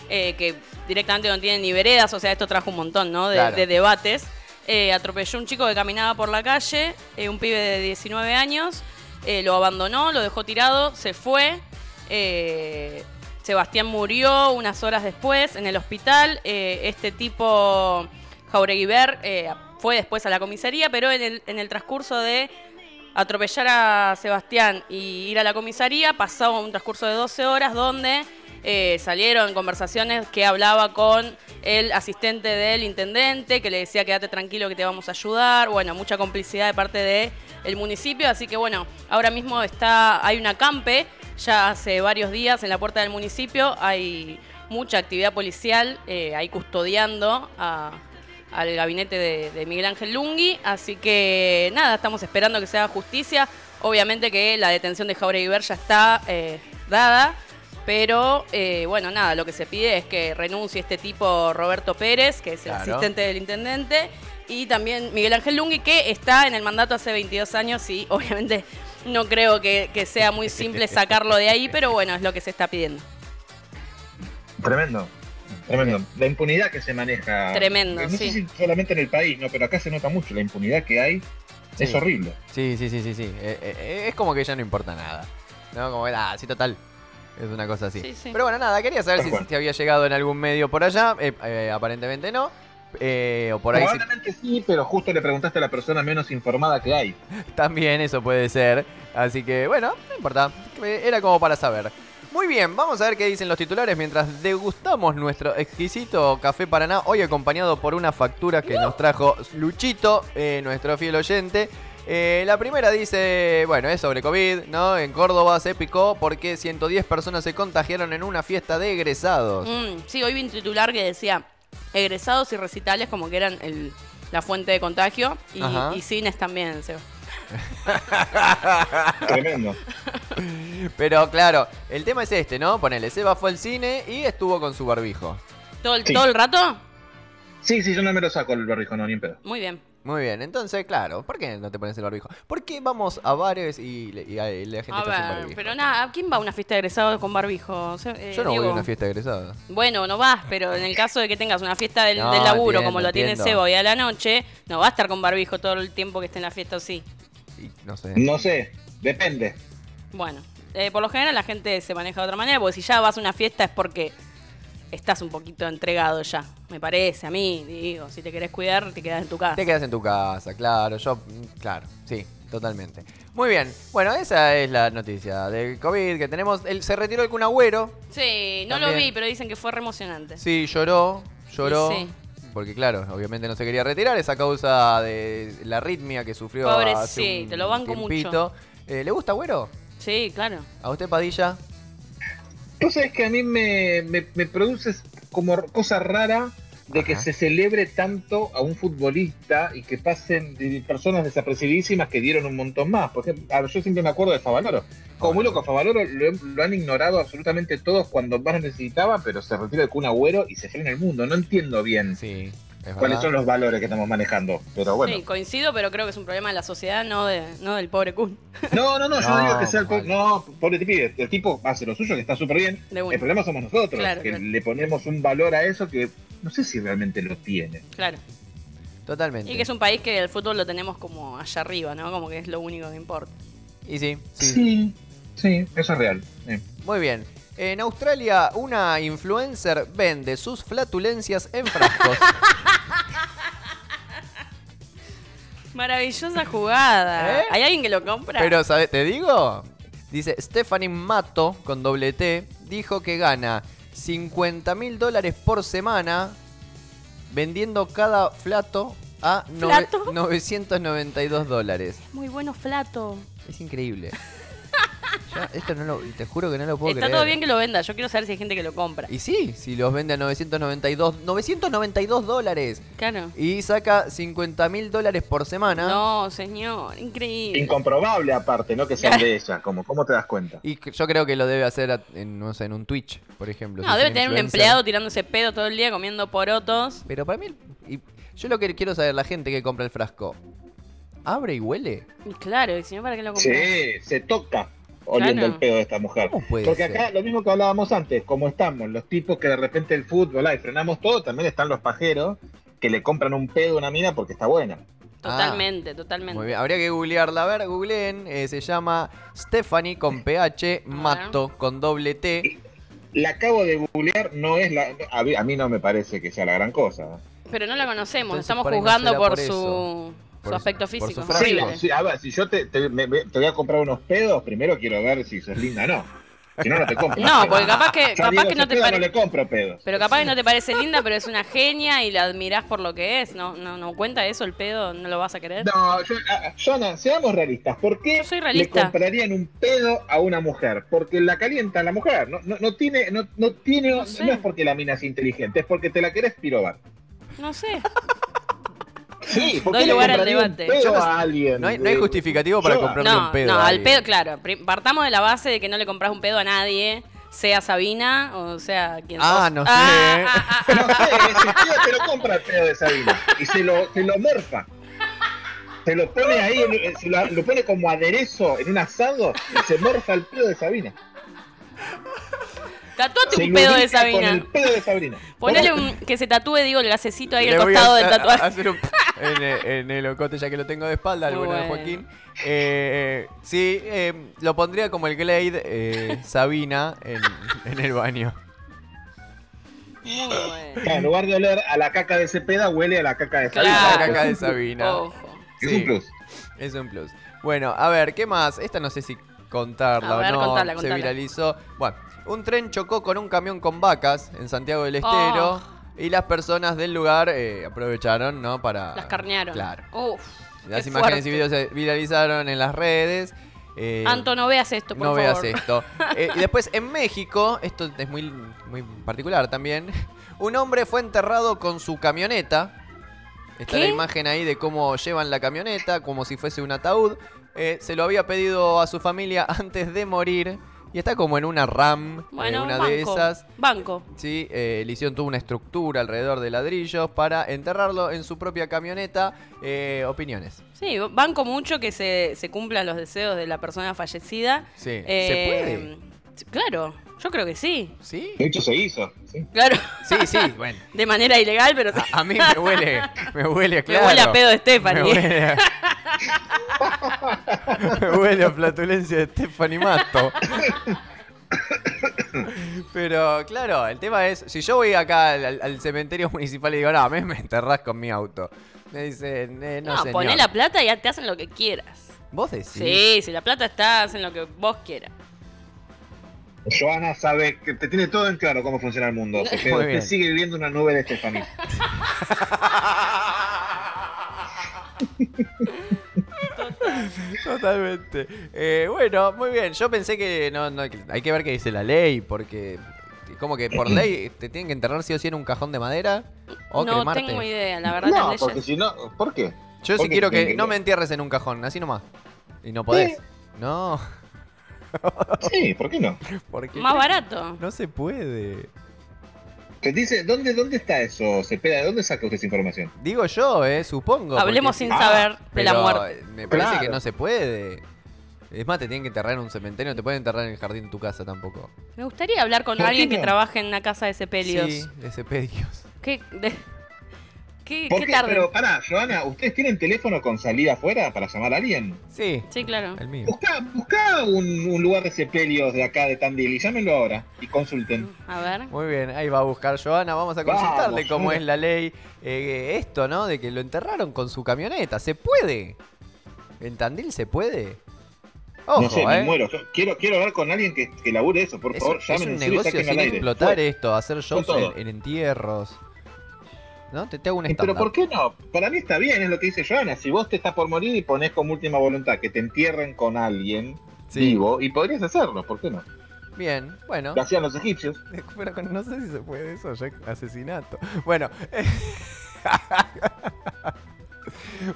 Speaker 2: eh, que directamente no tiene ni veredas, o sea, esto trajo un montón ¿no? de,
Speaker 3: Claro.
Speaker 2: de debates. Eh, atropelló un chico que caminaba por la calle, eh, un pibe de 19 años, eh, lo abandonó, lo dejó tirado, se fue. eh, Sebastián murió unas horas después en el hospital. Eh, este tipo, Jaureguiber, eh, fue después a la comisaría, pero en el, en el transcurso de atropellar a Sebastián y ir a la comisaría, pasaba un transcurso de 12 horas donde eh, salieron conversaciones que hablaba con el asistente del intendente, que le decía quédate tranquilo que te vamos a ayudar, bueno, mucha complicidad de parte de el municipio, así que bueno, ahora mismo está hay una campe ya hace varios días en la puerta del municipio, hay mucha actividad policial eh, ahí custodiando a, al gabinete de, de Miguel Ángel Lungui. Así que nada, estamos esperando que se haga justicia. Obviamente que la detención de Jauregui Ver ya está eh, dada, pero eh, bueno, nada, lo que se pide es que renuncie este tipo Roberto Pérez, que es el
Speaker 3: Claro.
Speaker 2: asistente del intendente, y también Miguel Ángel Lungui, que está en el mandato hace 22 años y obviamente no creo que, que sea muy simple sacarlo de ahí, pero bueno, es lo que se está pidiendo.
Speaker 1: Tremendo. Tremendo. La impunidad que se maneja.
Speaker 2: Tremendo,
Speaker 1: No
Speaker 2: sí.
Speaker 1: sé si solamente en el país, ¿no? Pero acá se nota mucho la impunidad que hay. Es
Speaker 3: Sí.
Speaker 1: horrible.
Speaker 3: Sí, sí, sí, sí, sí. Eh, eh, eh, es como que ya no importa nada. No, como que, ah, sí, total. Es una cosa así.
Speaker 2: Sí, sí.
Speaker 3: Pero bueno, nada, quería saber
Speaker 1: Tal
Speaker 3: si,
Speaker 1: cual.
Speaker 3: si había llegado en algún medio por allá. Eh, eh, aparentemente no. Eh, o por ahí sí-
Speaker 1: Probablemente sí, pero justo le preguntaste a la persona menos informada que hay.
Speaker 3: también eso puede ser. Así que bueno, no importa. Eh, Era como para saber. Muy bien, vamos a ver qué dicen los titulares mientras degustamos nuestro exquisito café Paraná, hoy acompañado por una factura que nos trajo Luchito, eh, nuestro fiel oyente. Eh, la primera dice, bueno, es sobre COVID, ¿no? En Córdoba se picó porque 110 personas se contagiaron en una fiesta de egresados.
Speaker 2: Mm, sí, hoy vi un titular que decía egresados y recitales como que eran el- la fuente de contagio y,
Speaker 3: Ajá.
Speaker 2: y cines también. Seba.
Speaker 1: Tremendo.
Speaker 3: Pero claro, el tema es este, ¿no? Ponele, Seba fue al cine y estuvo con su barbijo.
Speaker 2: ¿Todo el,
Speaker 1: Sí.
Speaker 2: ¿Todo el rato?
Speaker 1: Sí, sí, yo no me lo saco el barrijo, no, ni en pedo.
Speaker 2: Muy bien.
Speaker 3: Muy bien, entonces, claro, ¿por qué no te pones el barbijo? ¿Por qué vamos a bares y, le- y a- y la gente
Speaker 2: A
Speaker 3: está sin
Speaker 2: ver,
Speaker 3: barbijo?
Speaker 2: pero nada, ¿a ¿quién va a una fiesta de egresados con barbijo? O sea, eh,
Speaker 3: Yo no voy a
Speaker 2: Diego.
Speaker 3: una fiesta de egresados.
Speaker 2: Bueno, no vas, pero en el caso de que tengas una fiesta del,
Speaker 3: No,
Speaker 2: del laburo
Speaker 3: entiendo,
Speaker 2: como lo tiene
Speaker 3: entiendo.
Speaker 2: Seba hoy a la noche, no va a estar con barbijo todo el tiempo que esté en la fiesta, ¿o sí.
Speaker 3: Y no sé.
Speaker 1: No sé, depende.
Speaker 2: Bueno, eh, por lo general la gente se maneja de otra manera, porque si ya vas a una fiesta es porque estás un poquito entregado ya, me parece, a mí, digo, si te querés cuidar, te quedás en tu casa.
Speaker 3: Te quedas en tu casa, claro, yo, mm, claro, sí, totalmente. Muy bien, bueno, esa es la noticia del COVID que tenemos. El- se retiró el Kun Agüero,
Speaker 2: Sí, no lo
Speaker 3: También.
Speaker 2: vi, pero dicen que fue re emocionante.
Speaker 3: sí, lloró, lloró.
Speaker 2: Y sí.
Speaker 3: Porque claro, obviamente no se quería retirar, esa causa de la arritmia que sufrió hace un
Speaker 2: Pobrecito, lo banco mucho.
Speaker 3: tiempito. Eh, ¿Le gusta Agüero?
Speaker 2: Sí, claro.
Speaker 3: ¿A usted, Padilla?
Speaker 1: Tú sabes que a mí me, me, me produces como cosa rara de que
Speaker 3: Ajá.
Speaker 1: se celebre tanto a un futbolista y que pasen de- personas desapercibidísimas que dieron un montón más. Por ejemplo, a ver, yo siempre me acuerdo de Favaloro. Como muy loco, Favaloro lo, lo han ignorado absolutamente todos cuando más lo necesitaba, pero se retira de Kun Agüero y se fue en el mundo. No entiendo bien
Speaker 3: Sí, Ah. es
Speaker 1: cuáles
Speaker 3: verdad.
Speaker 1: son los valores que estamos manejando, pero bueno.
Speaker 2: Sí, coincido, pero creo que es un problema de la sociedad, no, de, no del pobre Kun.
Speaker 1: No, no, no, yo no
Speaker 3: No,
Speaker 1: digo que sea el po-
Speaker 3: vale.
Speaker 1: No, pobre pibe, el tipo hace lo suyo, que está súper bien.
Speaker 2: De
Speaker 1: El
Speaker 2: una,
Speaker 1: problema somos nosotros,
Speaker 2: Claro,
Speaker 1: que
Speaker 2: claro.
Speaker 1: le ponemos un valor a eso que no sé si realmente lo tiene.
Speaker 2: claro.
Speaker 3: Totalmente.
Speaker 2: Y que es un país que el fútbol lo tenemos como allá arriba, ¿no? Como que es lo único que importa.
Speaker 3: Y sí, sí.
Speaker 1: Sí, sí, eso es real. eh.
Speaker 3: Muy bien. En Australia, una influencer vende sus flatulencias en frascos.
Speaker 2: Maravillosa jugada.
Speaker 3: ¿Eh?
Speaker 2: ¿Hay alguien que lo compra?
Speaker 3: Pero, ¿sabes? ¿Te digo? Dice Stephanie Mato, con doble T, dijo que gana 50 mil dólares por semana vendiendo cada flato a nove-
Speaker 2: ¿Flato?
Speaker 3: 992 dólares.
Speaker 2: Muy bueno, flato.
Speaker 3: Es increíble. Ya, esto no lo, te juro que no lo puedo
Speaker 2: Está
Speaker 3: creer.
Speaker 2: todo bien que lo venda. Yo quiero saber si hay gente que lo compra.
Speaker 3: Y sí, si los vende a 992, 992 dólares.
Speaker 2: Claro.
Speaker 3: Y saca 50 mil dólares por semana.
Speaker 2: No, señor. Increíble.
Speaker 1: Incomprobable aparte, ¿no? Que sean de ella, como, ¿cómo te das cuenta?
Speaker 3: Y c- yo creo que lo debe hacer a- en, no sé, en un Twitch, por ejemplo. si
Speaker 2: no,
Speaker 3: es
Speaker 2: debe tener un
Speaker 3: influencer.
Speaker 2: empleado tirándose pedo todo el día comiendo porotos.
Speaker 3: Pero para mí, y yo lo que quiero saber, la gente que compra el frasco, ¿abre y huele?
Speaker 2: Y claro, y si no, ¿para qué lo compra?
Speaker 1: Sí, se toca oliendo
Speaker 2: Claro.
Speaker 1: el pedo de esta mujer.
Speaker 3: ¿Cómo puede
Speaker 1: Porque
Speaker 3: ser?
Speaker 1: acá lo mismo que hablábamos antes, como estamos, los tipos que de repente el fútbol, ahí frenamos todo, también están los pajeros que le compran un pedo a una mina porque está buena.
Speaker 2: Totalmente, totalmente.
Speaker 3: Ah. Muy bien, habría que googlearla. A ver, googleen. eh, se llama Stephanie con PH, Mato con doble T.
Speaker 1: La acabo de googlear, no es la. A mí, a mí no me parece que sea la gran cosa.
Speaker 2: Pero no la conocemos,
Speaker 3: Entonces,
Speaker 2: estamos
Speaker 3: por ahí no
Speaker 2: juzgando
Speaker 3: será
Speaker 2: por,
Speaker 3: por
Speaker 2: su,
Speaker 3: eso.
Speaker 2: su
Speaker 3: Por-
Speaker 2: aspecto
Speaker 3: por su
Speaker 2: físico.
Speaker 3: frase.
Speaker 1: Sí,
Speaker 2: Horrible.
Speaker 1: sí, a ver, si yo te, te- me- me- te voy a comprar unos pedos, primero quiero ver si sos linda o no. Si no, no te compro.
Speaker 2: No, porque capaz que,
Speaker 1: Yo a
Speaker 2: capaz
Speaker 1: Diego
Speaker 2: que no te
Speaker 1: Cepeda no le
Speaker 2: parece.
Speaker 1: compro pedos.
Speaker 2: Pero capaz que no te parece linda, pero es una genia y la admirás por lo que es. No, no, no cuenta eso, el pedo, no lo vas a querer.
Speaker 1: No, yo, ah, Jonah, seamos realistas. ¿Por qué
Speaker 2: Yo soy
Speaker 1: le
Speaker 2: realista.
Speaker 1: comprarían un pedo a una mujer? Porque la calienta la mujer. No, no, no tiene, no, no tiene,
Speaker 2: No
Speaker 1: no,
Speaker 2: sé.
Speaker 1: es porque la mina es inteligente, es porque te la querés pirobar.
Speaker 2: No sé.
Speaker 1: Sí, ¿por
Speaker 2: Doy
Speaker 1: qué le
Speaker 2: lugar al
Speaker 1: compraría un
Speaker 2: debate.
Speaker 1: pedo
Speaker 3: Yo no-
Speaker 1: a alguien?
Speaker 3: No hay, no hay
Speaker 1: Eh,
Speaker 3: justificativo para
Speaker 1: Yoda.
Speaker 3: comprarle
Speaker 2: No,
Speaker 3: un pedo.
Speaker 2: no,
Speaker 3: a
Speaker 2: al
Speaker 3: alguien.
Speaker 2: pedo, claro. Pri- Partamos de la base de que no le compras un pedo a nadie, sea Sabina o sea quien
Speaker 3: Ah,
Speaker 2: sos.
Speaker 3: no sé.
Speaker 2: ah, ah,
Speaker 1: No sé, ese tío te lo compra el pedo de Sabina y se lo, se lo morfa. Se lo pone ahí, en- se lo, lo pone como aderezo en un asado y se morfa el pedo de Sabina.
Speaker 2: ah. Tatúate
Speaker 1: Se
Speaker 2: un pedo de
Speaker 1: lubrica con el
Speaker 2: Sabina.
Speaker 1: pedo de Sabina.
Speaker 2: Ponele un, que se tatúe, digo, el gasecito ahí al
Speaker 3: Le voy
Speaker 2: costado
Speaker 3: a-
Speaker 2: del
Speaker 3: a- a
Speaker 2: tatuaje.
Speaker 3: hacer un en, el- en el ocote, ya que lo tengo de espalda, al
Speaker 2: Muy
Speaker 3: bueno de
Speaker 2: bueno.
Speaker 3: Joaquín. Eh, eh, sí, eh, lo pondría como el Glade eh, Sabina en, en el baño.
Speaker 2: Muy bueno.
Speaker 1: Claro, en lugar de oler a la caca de Cepeda, huele a la caca de Sabina.
Speaker 2: Claro.
Speaker 3: La caca de Sabina.
Speaker 2: Ojo.
Speaker 1: Es
Speaker 3: Sí,
Speaker 1: un plus.
Speaker 3: Es un plus. Bueno, a ver, ¿qué más? Esta no sé si contarla
Speaker 2: A ver,
Speaker 3: o no.
Speaker 2: contala,
Speaker 3: Se
Speaker 2: contala.
Speaker 3: viralizó. Bueno, un tren chocó con un camión con vacas en Santiago del Estero.
Speaker 2: Oh.
Speaker 3: Y las personas del lugar eh, aprovecharon, ¿no? Para.
Speaker 2: Las carnearon.
Speaker 3: Ah, Claro.
Speaker 2: Uf,
Speaker 3: Las
Speaker 2: qué
Speaker 3: imágenes
Speaker 2: fuerte.
Speaker 3: y videos se viralizaron en las redes. Eh,
Speaker 2: Anto, no veas esto, por
Speaker 3: no
Speaker 2: favor.
Speaker 3: veas esto. Eh, y después en México, esto es muy, muy particular también. Un hombre fue enterrado con su camioneta. Está la
Speaker 2: ¿Qué?
Speaker 3: imagen ahí de cómo llevan la camioneta, como si fuese un ataúd. Eh, se lo había pedido a su familia antes de morir. Y está como en una RAM, eh,
Speaker 2: Bueno,
Speaker 3: una
Speaker 2: banco,
Speaker 3: de esas.
Speaker 2: Banco.
Speaker 3: Sí, eh, le hicieron toda una estructura alrededor de ladrillos para enterrarlo en su propia camioneta. Eh, opiniones.
Speaker 2: Sí, banco mucho que se, se cumplan los deseos de la persona fallecida.
Speaker 3: Sí.
Speaker 2: Eh,
Speaker 3: ¿Se puede?
Speaker 2: Claro, yo creo que sí.
Speaker 3: ¿Sí?
Speaker 1: De hecho, se hizo. ¿sí?
Speaker 2: Claro,
Speaker 3: Sí, sí, bueno.
Speaker 2: de manera ilegal, pero sí.
Speaker 3: A, a mí me huele, me huele, Ah, claro.
Speaker 2: huele a pedo de
Speaker 3: Me
Speaker 2: Stephanie. ¿eh?
Speaker 3: huele a, me huele a flatulencia de Stephanie Mato. Pero claro, el tema es, si yo voy acá al, al- al cementerio municipal y digo, no, a mí me enterrás con mi auto. Me dicen, "Eh, no,
Speaker 2: no,
Speaker 3: señor.
Speaker 2: poné la plata y ya te hacen lo que quieras.
Speaker 3: ¿Vos decís?
Speaker 2: Sí. si la plata está, hacen lo que vos quieras.
Speaker 1: Joana sabe que te tiene todo en claro cómo funciona el mundo. Cepeda.
Speaker 3: Muy
Speaker 1: Usted
Speaker 3: bien.
Speaker 1: sigue viviendo una nube de Estefanía.
Speaker 3: Totalmente. Eh, bueno, muy bien. Yo pensé que no, no, que hay que ver qué dice la ley, porque ¿Cómo que por ley te tienen que enterrar sí o sí en un cajón de madera? ¿O
Speaker 2: no
Speaker 3: cremarte?
Speaker 2: tengo idea, la verdad, las
Speaker 1: No,
Speaker 2: leyes.
Speaker 1: porque si no, ¿por qué?
Speaker 3: Yo sí
Speaker 1: Porque
Speaker 3: quiero que
Speaker 1: tienen
Speaker 3: no me entierres en un cajón, así nomás. Y no podés. No,
Speaker 1: Sí, ¿por qué no?
Speaker 3: porque
Speaker 2: Más barato.
Speaker 3: no se puede.
Speaker 1: Te dice, ¿dónde, dónde está eso, Cepeda? ¿De dónde saca usted esa información?
Speaker 3: Digo yo, eh, supongo.
Speaker 2: Hablemos
Speaker 3: porque-
Speaker 2: sin
Speaker 1: Ah,
Speaker 2: saber de la
Speaker 3: Pero eh,
Speaker 2: muerte.
Speaker 3: Me parece
Speaker 1: Claro.
Speaker 3: que no se puede. Es más, te tienen que enterrar en un cementerio, no te pueden enterrar en el jardín de tu casa tampoco.
Speaker 2: Me gustaría hablar con
Speaker 1: ¿Por qué
Speaker 2: alguien que
Speaker 1: no?
Speaker 2: trabaje en una casa de sepelios.
Speaker 3: Sí, de sepelios.
Speaker 2: ¿Qué, de- qué,
Speaker 1: ¿Por
Speaker 2: qué
Speaker 1: qué?
Speaker 2: tarde?
Speaker 1: Pero pará, Joana, ¿ustedes tienen teléfono con salida afuera para llamar a alguien?
Speaker 3: Sí,
Speaker 2: Sí, claro.
Speaker 3: el mío.
Speaker 1: Buscá, buscá un, un lugar de sepelios de acá de Tandil y llámenlo ahora y consulten.
Speaker 2: A ver.
Speaker 3: Muy bien, ahí va a buscar Joana. Vamos a consultarle
Speaker 1: Vamos,
Speaker 3: cómo
Speaker 1: Joana.
Speaker 3: es la ley. eh, esto, ¿no? De que lo enterraron con su camioneta. ¿Se puede? ¿En Tandil se puede? Ojo,
Speaker 1: no sé,
Speaker 3: eh.
Speaker 1: me muero. Yo quiero, quiero hablar con alguien que, que labure eso, por
Speaker 3: Es,
Speaker 1: favor,
Speaker 3: es
Speaker 1: llamen
Speaker 3: un
Speaker 1: en serio y
Speaker 3: negocio
Speaker 1: saquen al
Speaker 3: sin
Speaker 1: aire.
Speaker 3: explotar eh,
Speaker 1: Fue-
Speaker 3: esto, hacer shows
Speaker 1: todo.
Speaker 3: en, en entierros. ¿No? Te, te hago un
Speaker 1: Eh, Pero
Speaker 3: estándar.
Speaker 1: ¿por qué no? Para mí está bien, es lo que dice Joana. Si vos te estás por morir y pones como última voluntad que te entierren con alguien
Speaker 3: Sí.
Speaker 1: vivo, y podrías hacerlo, ¿por qué no?
Speaker 3: Bien, bueno.
Speaker 1: Lo hacían los egipcios.
Speaker 3: Pero con- no sé si se puede eso, ya asesinato. Bueno. eh,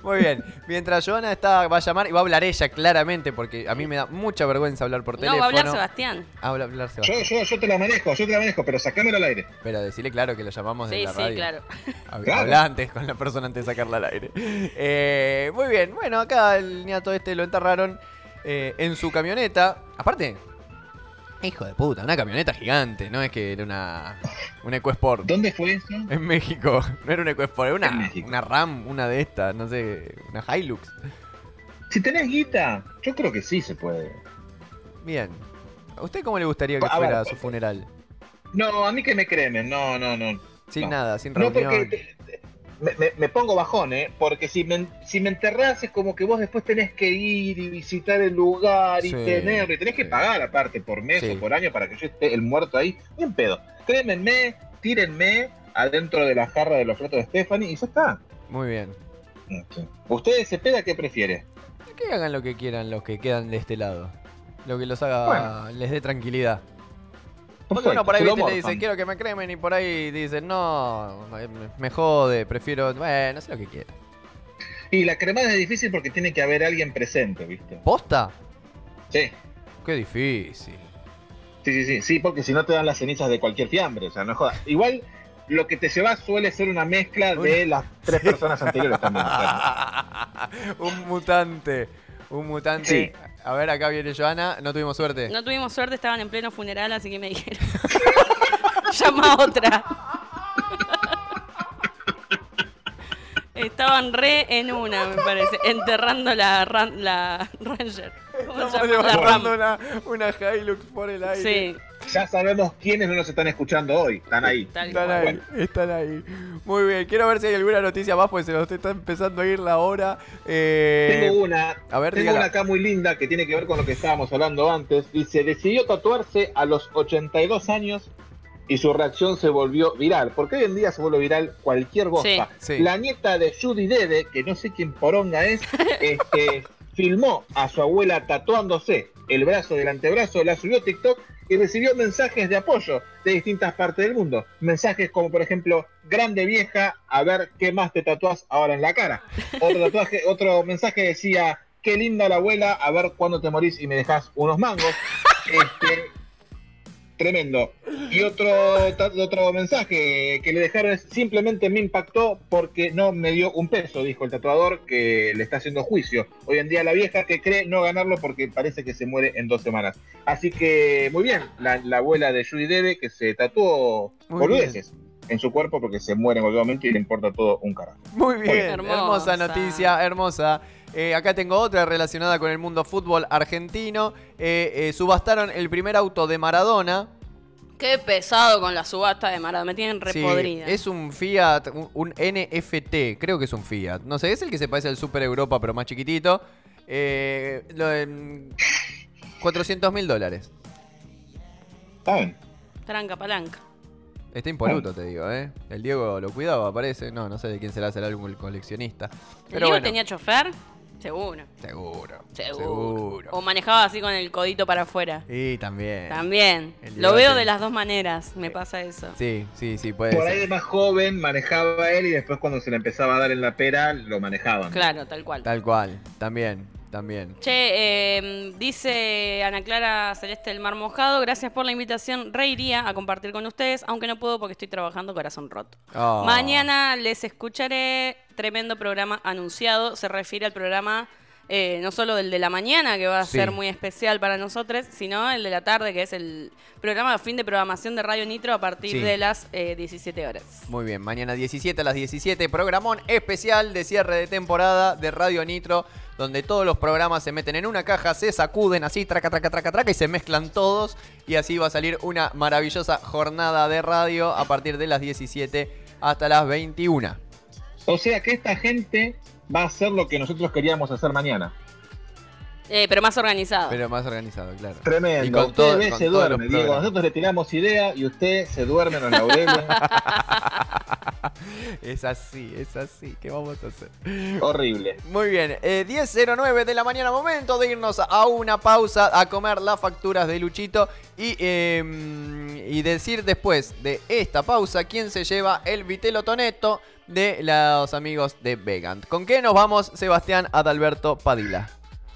Speaker 3: Muy bien. Mientras Joana está, va a llamar y va a hablar ella claramente, porque a mí me da mucha vergüenza hablar por teléfono.
Speaker 2: No, va a hablar Sebastián.
Speaker 3: Ah, va a hablar Sebastián.
Speaker 1: Yo, yo, yo te la manejo, yo te la manejo, pero sacámelo al aire.
Speaker 3: Pero decirle claro que lo llamamos de
Speaker 2: Sí,
Speaker 3: la
Speaker 2: sí,
Speaker 3: radio.
Speaker 2: claro.
Speaker 3: Hab-
Speaker 1: Claro.
Speaker 3: Habla antes con la persona antes de sacarla al aire. Eh, muy bien, bueno, acá el niato este lo enterraron eh, en su camioneta. Aparte, hijo de puta, una camioneta gigante, no es que era una, una EcoSport.
Speaker 1: ¿Dónde fue eso?
Speaker 3: En México, no era una EcoSport,
Speaker 1: En
Speaker 3: era una,
Speaker 1: México.
Speaker 3: una RAM, una de estas, no sé, una Hilux.
Speaker 1: Si tenés guita, yo creo que sí se puede.
Speaker 3: Bien. ¿A usted cómo le gustaría que
Speaker 1: A ver,
Speaker 3: fuera su
Speaker 1: pues,
Speaker 3: funeral?
Speaker 1: No, a mí que me cremen, no, no, no.
Speaker 3: Sin
Speaker 1: no.
Speaker 3: nada, sin
Speaker 1: No,
Speaker 3: reunión.
Speaker 1: porque te- te- me, me- me pongo bajón, ¿eh? Porque si me, si me enterrás es como que vos después tenés que ir y visitar el lugar y
Speaker 3: Sí,
Speaker 1: tenerlo. Y tenés que
Speaker 3: sí.
Speaker 1: pagar aparte por mes
Speaker 3: Sí.
Speaker 1: o por año para que yo esté el muerto ahí. Bien pedo. Crémenme, tírenme adentro de la jarra de los platos de Stephanie y ya está.
Speaker 3: Muy bien.
Speaker 1: Ok. ¿Ustedes se pega qué prefiere?
Speaker 3: Que hagan lo que quieran los que quedan de este lado. Lo que los haga,
Speaker 1: Bueno.
Speaker 3: les dé tranquilidad. Porque
Speaker 1: Perfecto,
Speaker 3: uno por ahí
Speaker 1: se lo
Speaker 3: viste, le
Speaker 1: morfan.
Speaker 3: dice, quiero que me cremen, y por ahí dicen, no, me, me jode, prefiero, bueno, sé lo que quiera.
Speaker 1: Y la cremada es difícil porque tiene que haber alguien presente, ¿viste?
Speaker 3: ¿Posta?
Speaker 1: Sí.
Speaker 3: Qué difícil.
Speaker 1: Sí, sí, sí, sí, porque si no te dan las cenizas de cualquier fiambre, o sea, no jodas. Igual lo que te llevas suele ser una mezcla de las tres personas anteriores también. o sea,
Speaker 3: un mutante, un mutante.
Speaker 1: Sí.
Speaker 3: A ver, acá viene Joana, no tuvimos suerte.
Speaker 2: No tuvimos suerte, estaban en pleno funeral, así que me dijeron. Llama a otra. Estaban re en una, me parece. Enterrando la, ran- la Ranger. ¿Cómo se
Speaker 3: Estamos
Speaker 2: llama? La
Speaker 3: levantando
Speaker 2: Ram.
Speaker 3: una, una Hilux por el aire.
Speaker 2: Sí,
Speaker 1: ya sabemos quiénes no nos están escuchando hoy, están ahí.
Speaker 2: tal
Speaker 3: Están
Speaker 2: cual.
Speaker 3: ahí,
Speaker 1: Bueno.
Speaker 3: están ahí. Muy bien, quiero ver si hay alguna noticia más, pues se nos está empezando a ir la hora. Eh,
Speaker 1: Tengo una,
Speaker 3: a ver,
Speaker 1: tengo
Speaker 3: dígala.
Speaker 1: una acá muy linda que tiene que ver con lo que estábamos hablando antes. Dice, decidió tatuarse a los 82 años y su reacción se volvió viral. Porque hoy en día se vuelve viral cualquier bosta.
Speaker 3: Sí, sí.
Speaker 1: La nieta de Judy Dede, que no sé quién poronga es, este, filmó a su abuela tatuándose el brazo del antebrazo, la subió a TikTok y recibió mensajes de apoyo de distintas partes del mundo. Mensajes como, por ejemplo, grande vieja, a ver qué más te tatuás ahora en la cara. Otro, tatuaje, otro mensaje decía, qué linda la abuela, a ver cuándo te morís y me dejás unos mangos. Este, tremendo. Y otro, ta- otro mensaje que le dejaron es, simplemente me impactó porque no me dio un peso, dijo el tatuador que le está haciendo juicio. Hoy en día la vieja que cree no ganarlo porque parece que se muere en dos semanas. Así que muy bien, la, la abuela de Judy Debe que se tatuó
Speaker 3: Muy
Speaker 1: boludeces en su cuerpo porque se muere en cualquier momento y le importa todo un carajo.
Speaker 3: Muy bien, hermosa.
Speaker 2: Hermosa.
Speaker 3: noticia, hermosa. Eh, acá tengo otra relacionada con el mundo fútbol argentino. Eh, eh, subastaron el primer auto de Maradona.
Speaker 2: Qué pesado con la subasta de Maradona. Me tienen
Speaker 3: Sí,
Speaker 2: repodrida.
Speaker 3: es un Fiat, un, un NFT, creo que es un Fiat. No sé, es el que se parece al Super Europa, pero más chiquitito. Eh, lo, en 400 mil dólares.
Speaker 1: ¿Saben?
Speaker 2: Tranca palanca.
Speaker 3: Está
Speaker 2: Oh.
Speaker 3: impoluto, te digo, ¿eh? El Diego lo cuidaba, parece. No, no sé de quién será, será algún coleccionista.
Speaker 2: ¿El
Speaker 3: Pero
Speaker 2: Diego
Speaker 3: bueno.
Speaker 2: tenía chofer? Seguro.
Speaker 3: Seguro.
Speaker 2: Seguro. O manejaba así con el codito para afuera.
Speaker 3: Y también.
Speaker 2: También.
Speaker 3: El
Speaker 2: Lo
Speaker 3: debate.
Speaker 2: veo de las dos maneras, me pasa eso.
Speaker 3: Sí, sí, sí, puede
Speaker 1: Por
Speaker 3: ser.
Speaker 1: ahí de más joven manejaba él y después cuando se le empezaba a dar en la pera lo manejaban.
Speaker 2: Claro, tal cual.
Speaker 3: Tal cual. También, también.
Speaker 2: Che, eh, dice Ana Clara Celeste del Mar Mojado, gracias por la invitación, reiría a compartir con ustedes, aunque no puedo porque estoy trabajando corazón roto.
Speaker 3: Oh.
Speaker 2: Mañana les escucharé tremendo programa anunciado, se refiere al programa eh, no solo del de la mañana, que va a
Speaker 3: Sí.
Speaker 2: ser muy especial para nosotros, sino el de la tarde, que es el programa de fin de programación de Radio Nitro a partir
Speaker 3: Sí.
Speaker 2: de las eh, 17 horas.
Speaker 3: Muy bien, mañana 17 a las 17, programón especial de cierre de temporada de Radio Nitro, donde todos los programas se meten en una caja, se sacuden así, traca, traca, traca, traca, y se mezclan todos. Y así va a salir una maravillosa jornada de radio a partir de las 17 hasta las 21.
Speaker 1: O sea que esta gente va a hacer lo que nosotros queríamos hacer mañana.
Speaker 2: Eh, pero más organizado.
Speaker 3: Pero más organizado, claro.
Speaker 1: Tremendo.
Speaker 3: Y con
Speaker 1: usted
Speaker 3: todo-
Speaker 1: ve,
Speaker 3: con
Speaker 1: se
Speaker 3: todos los
Speaker 1: duerme, Diego.
Speaker 3: programas.
Speaker 1: Nosotros le tiramos idea y usted se duerme en los laureles.
Speaker 3: Es así, es así. ¿Qué vamos a hacer?
Speaker 1: Horrible.
Speaker 3: Muy bien, eh, 10.09 de la mañana, momento de irnos a una pausa a comer las facturas de Luchito y, eh, y decir después de esta pausa quién se lleva el vitelo toneto de los amigos de Vegant. ¿Con qué nos vamos, Sebastián Adalberto Padilla?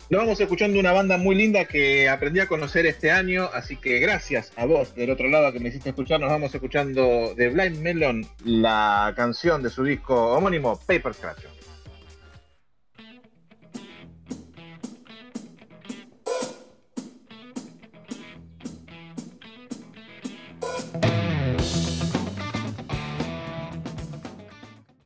Speaker 1: Lo vamos escuchando una banda muy linda que aprendí a conocer este año, así que gracias a vos del otro lado que me hiciste escuchar. Nos vamos escuchando de Blind Melon la canción de su disco homónimo, Paper Scratcher.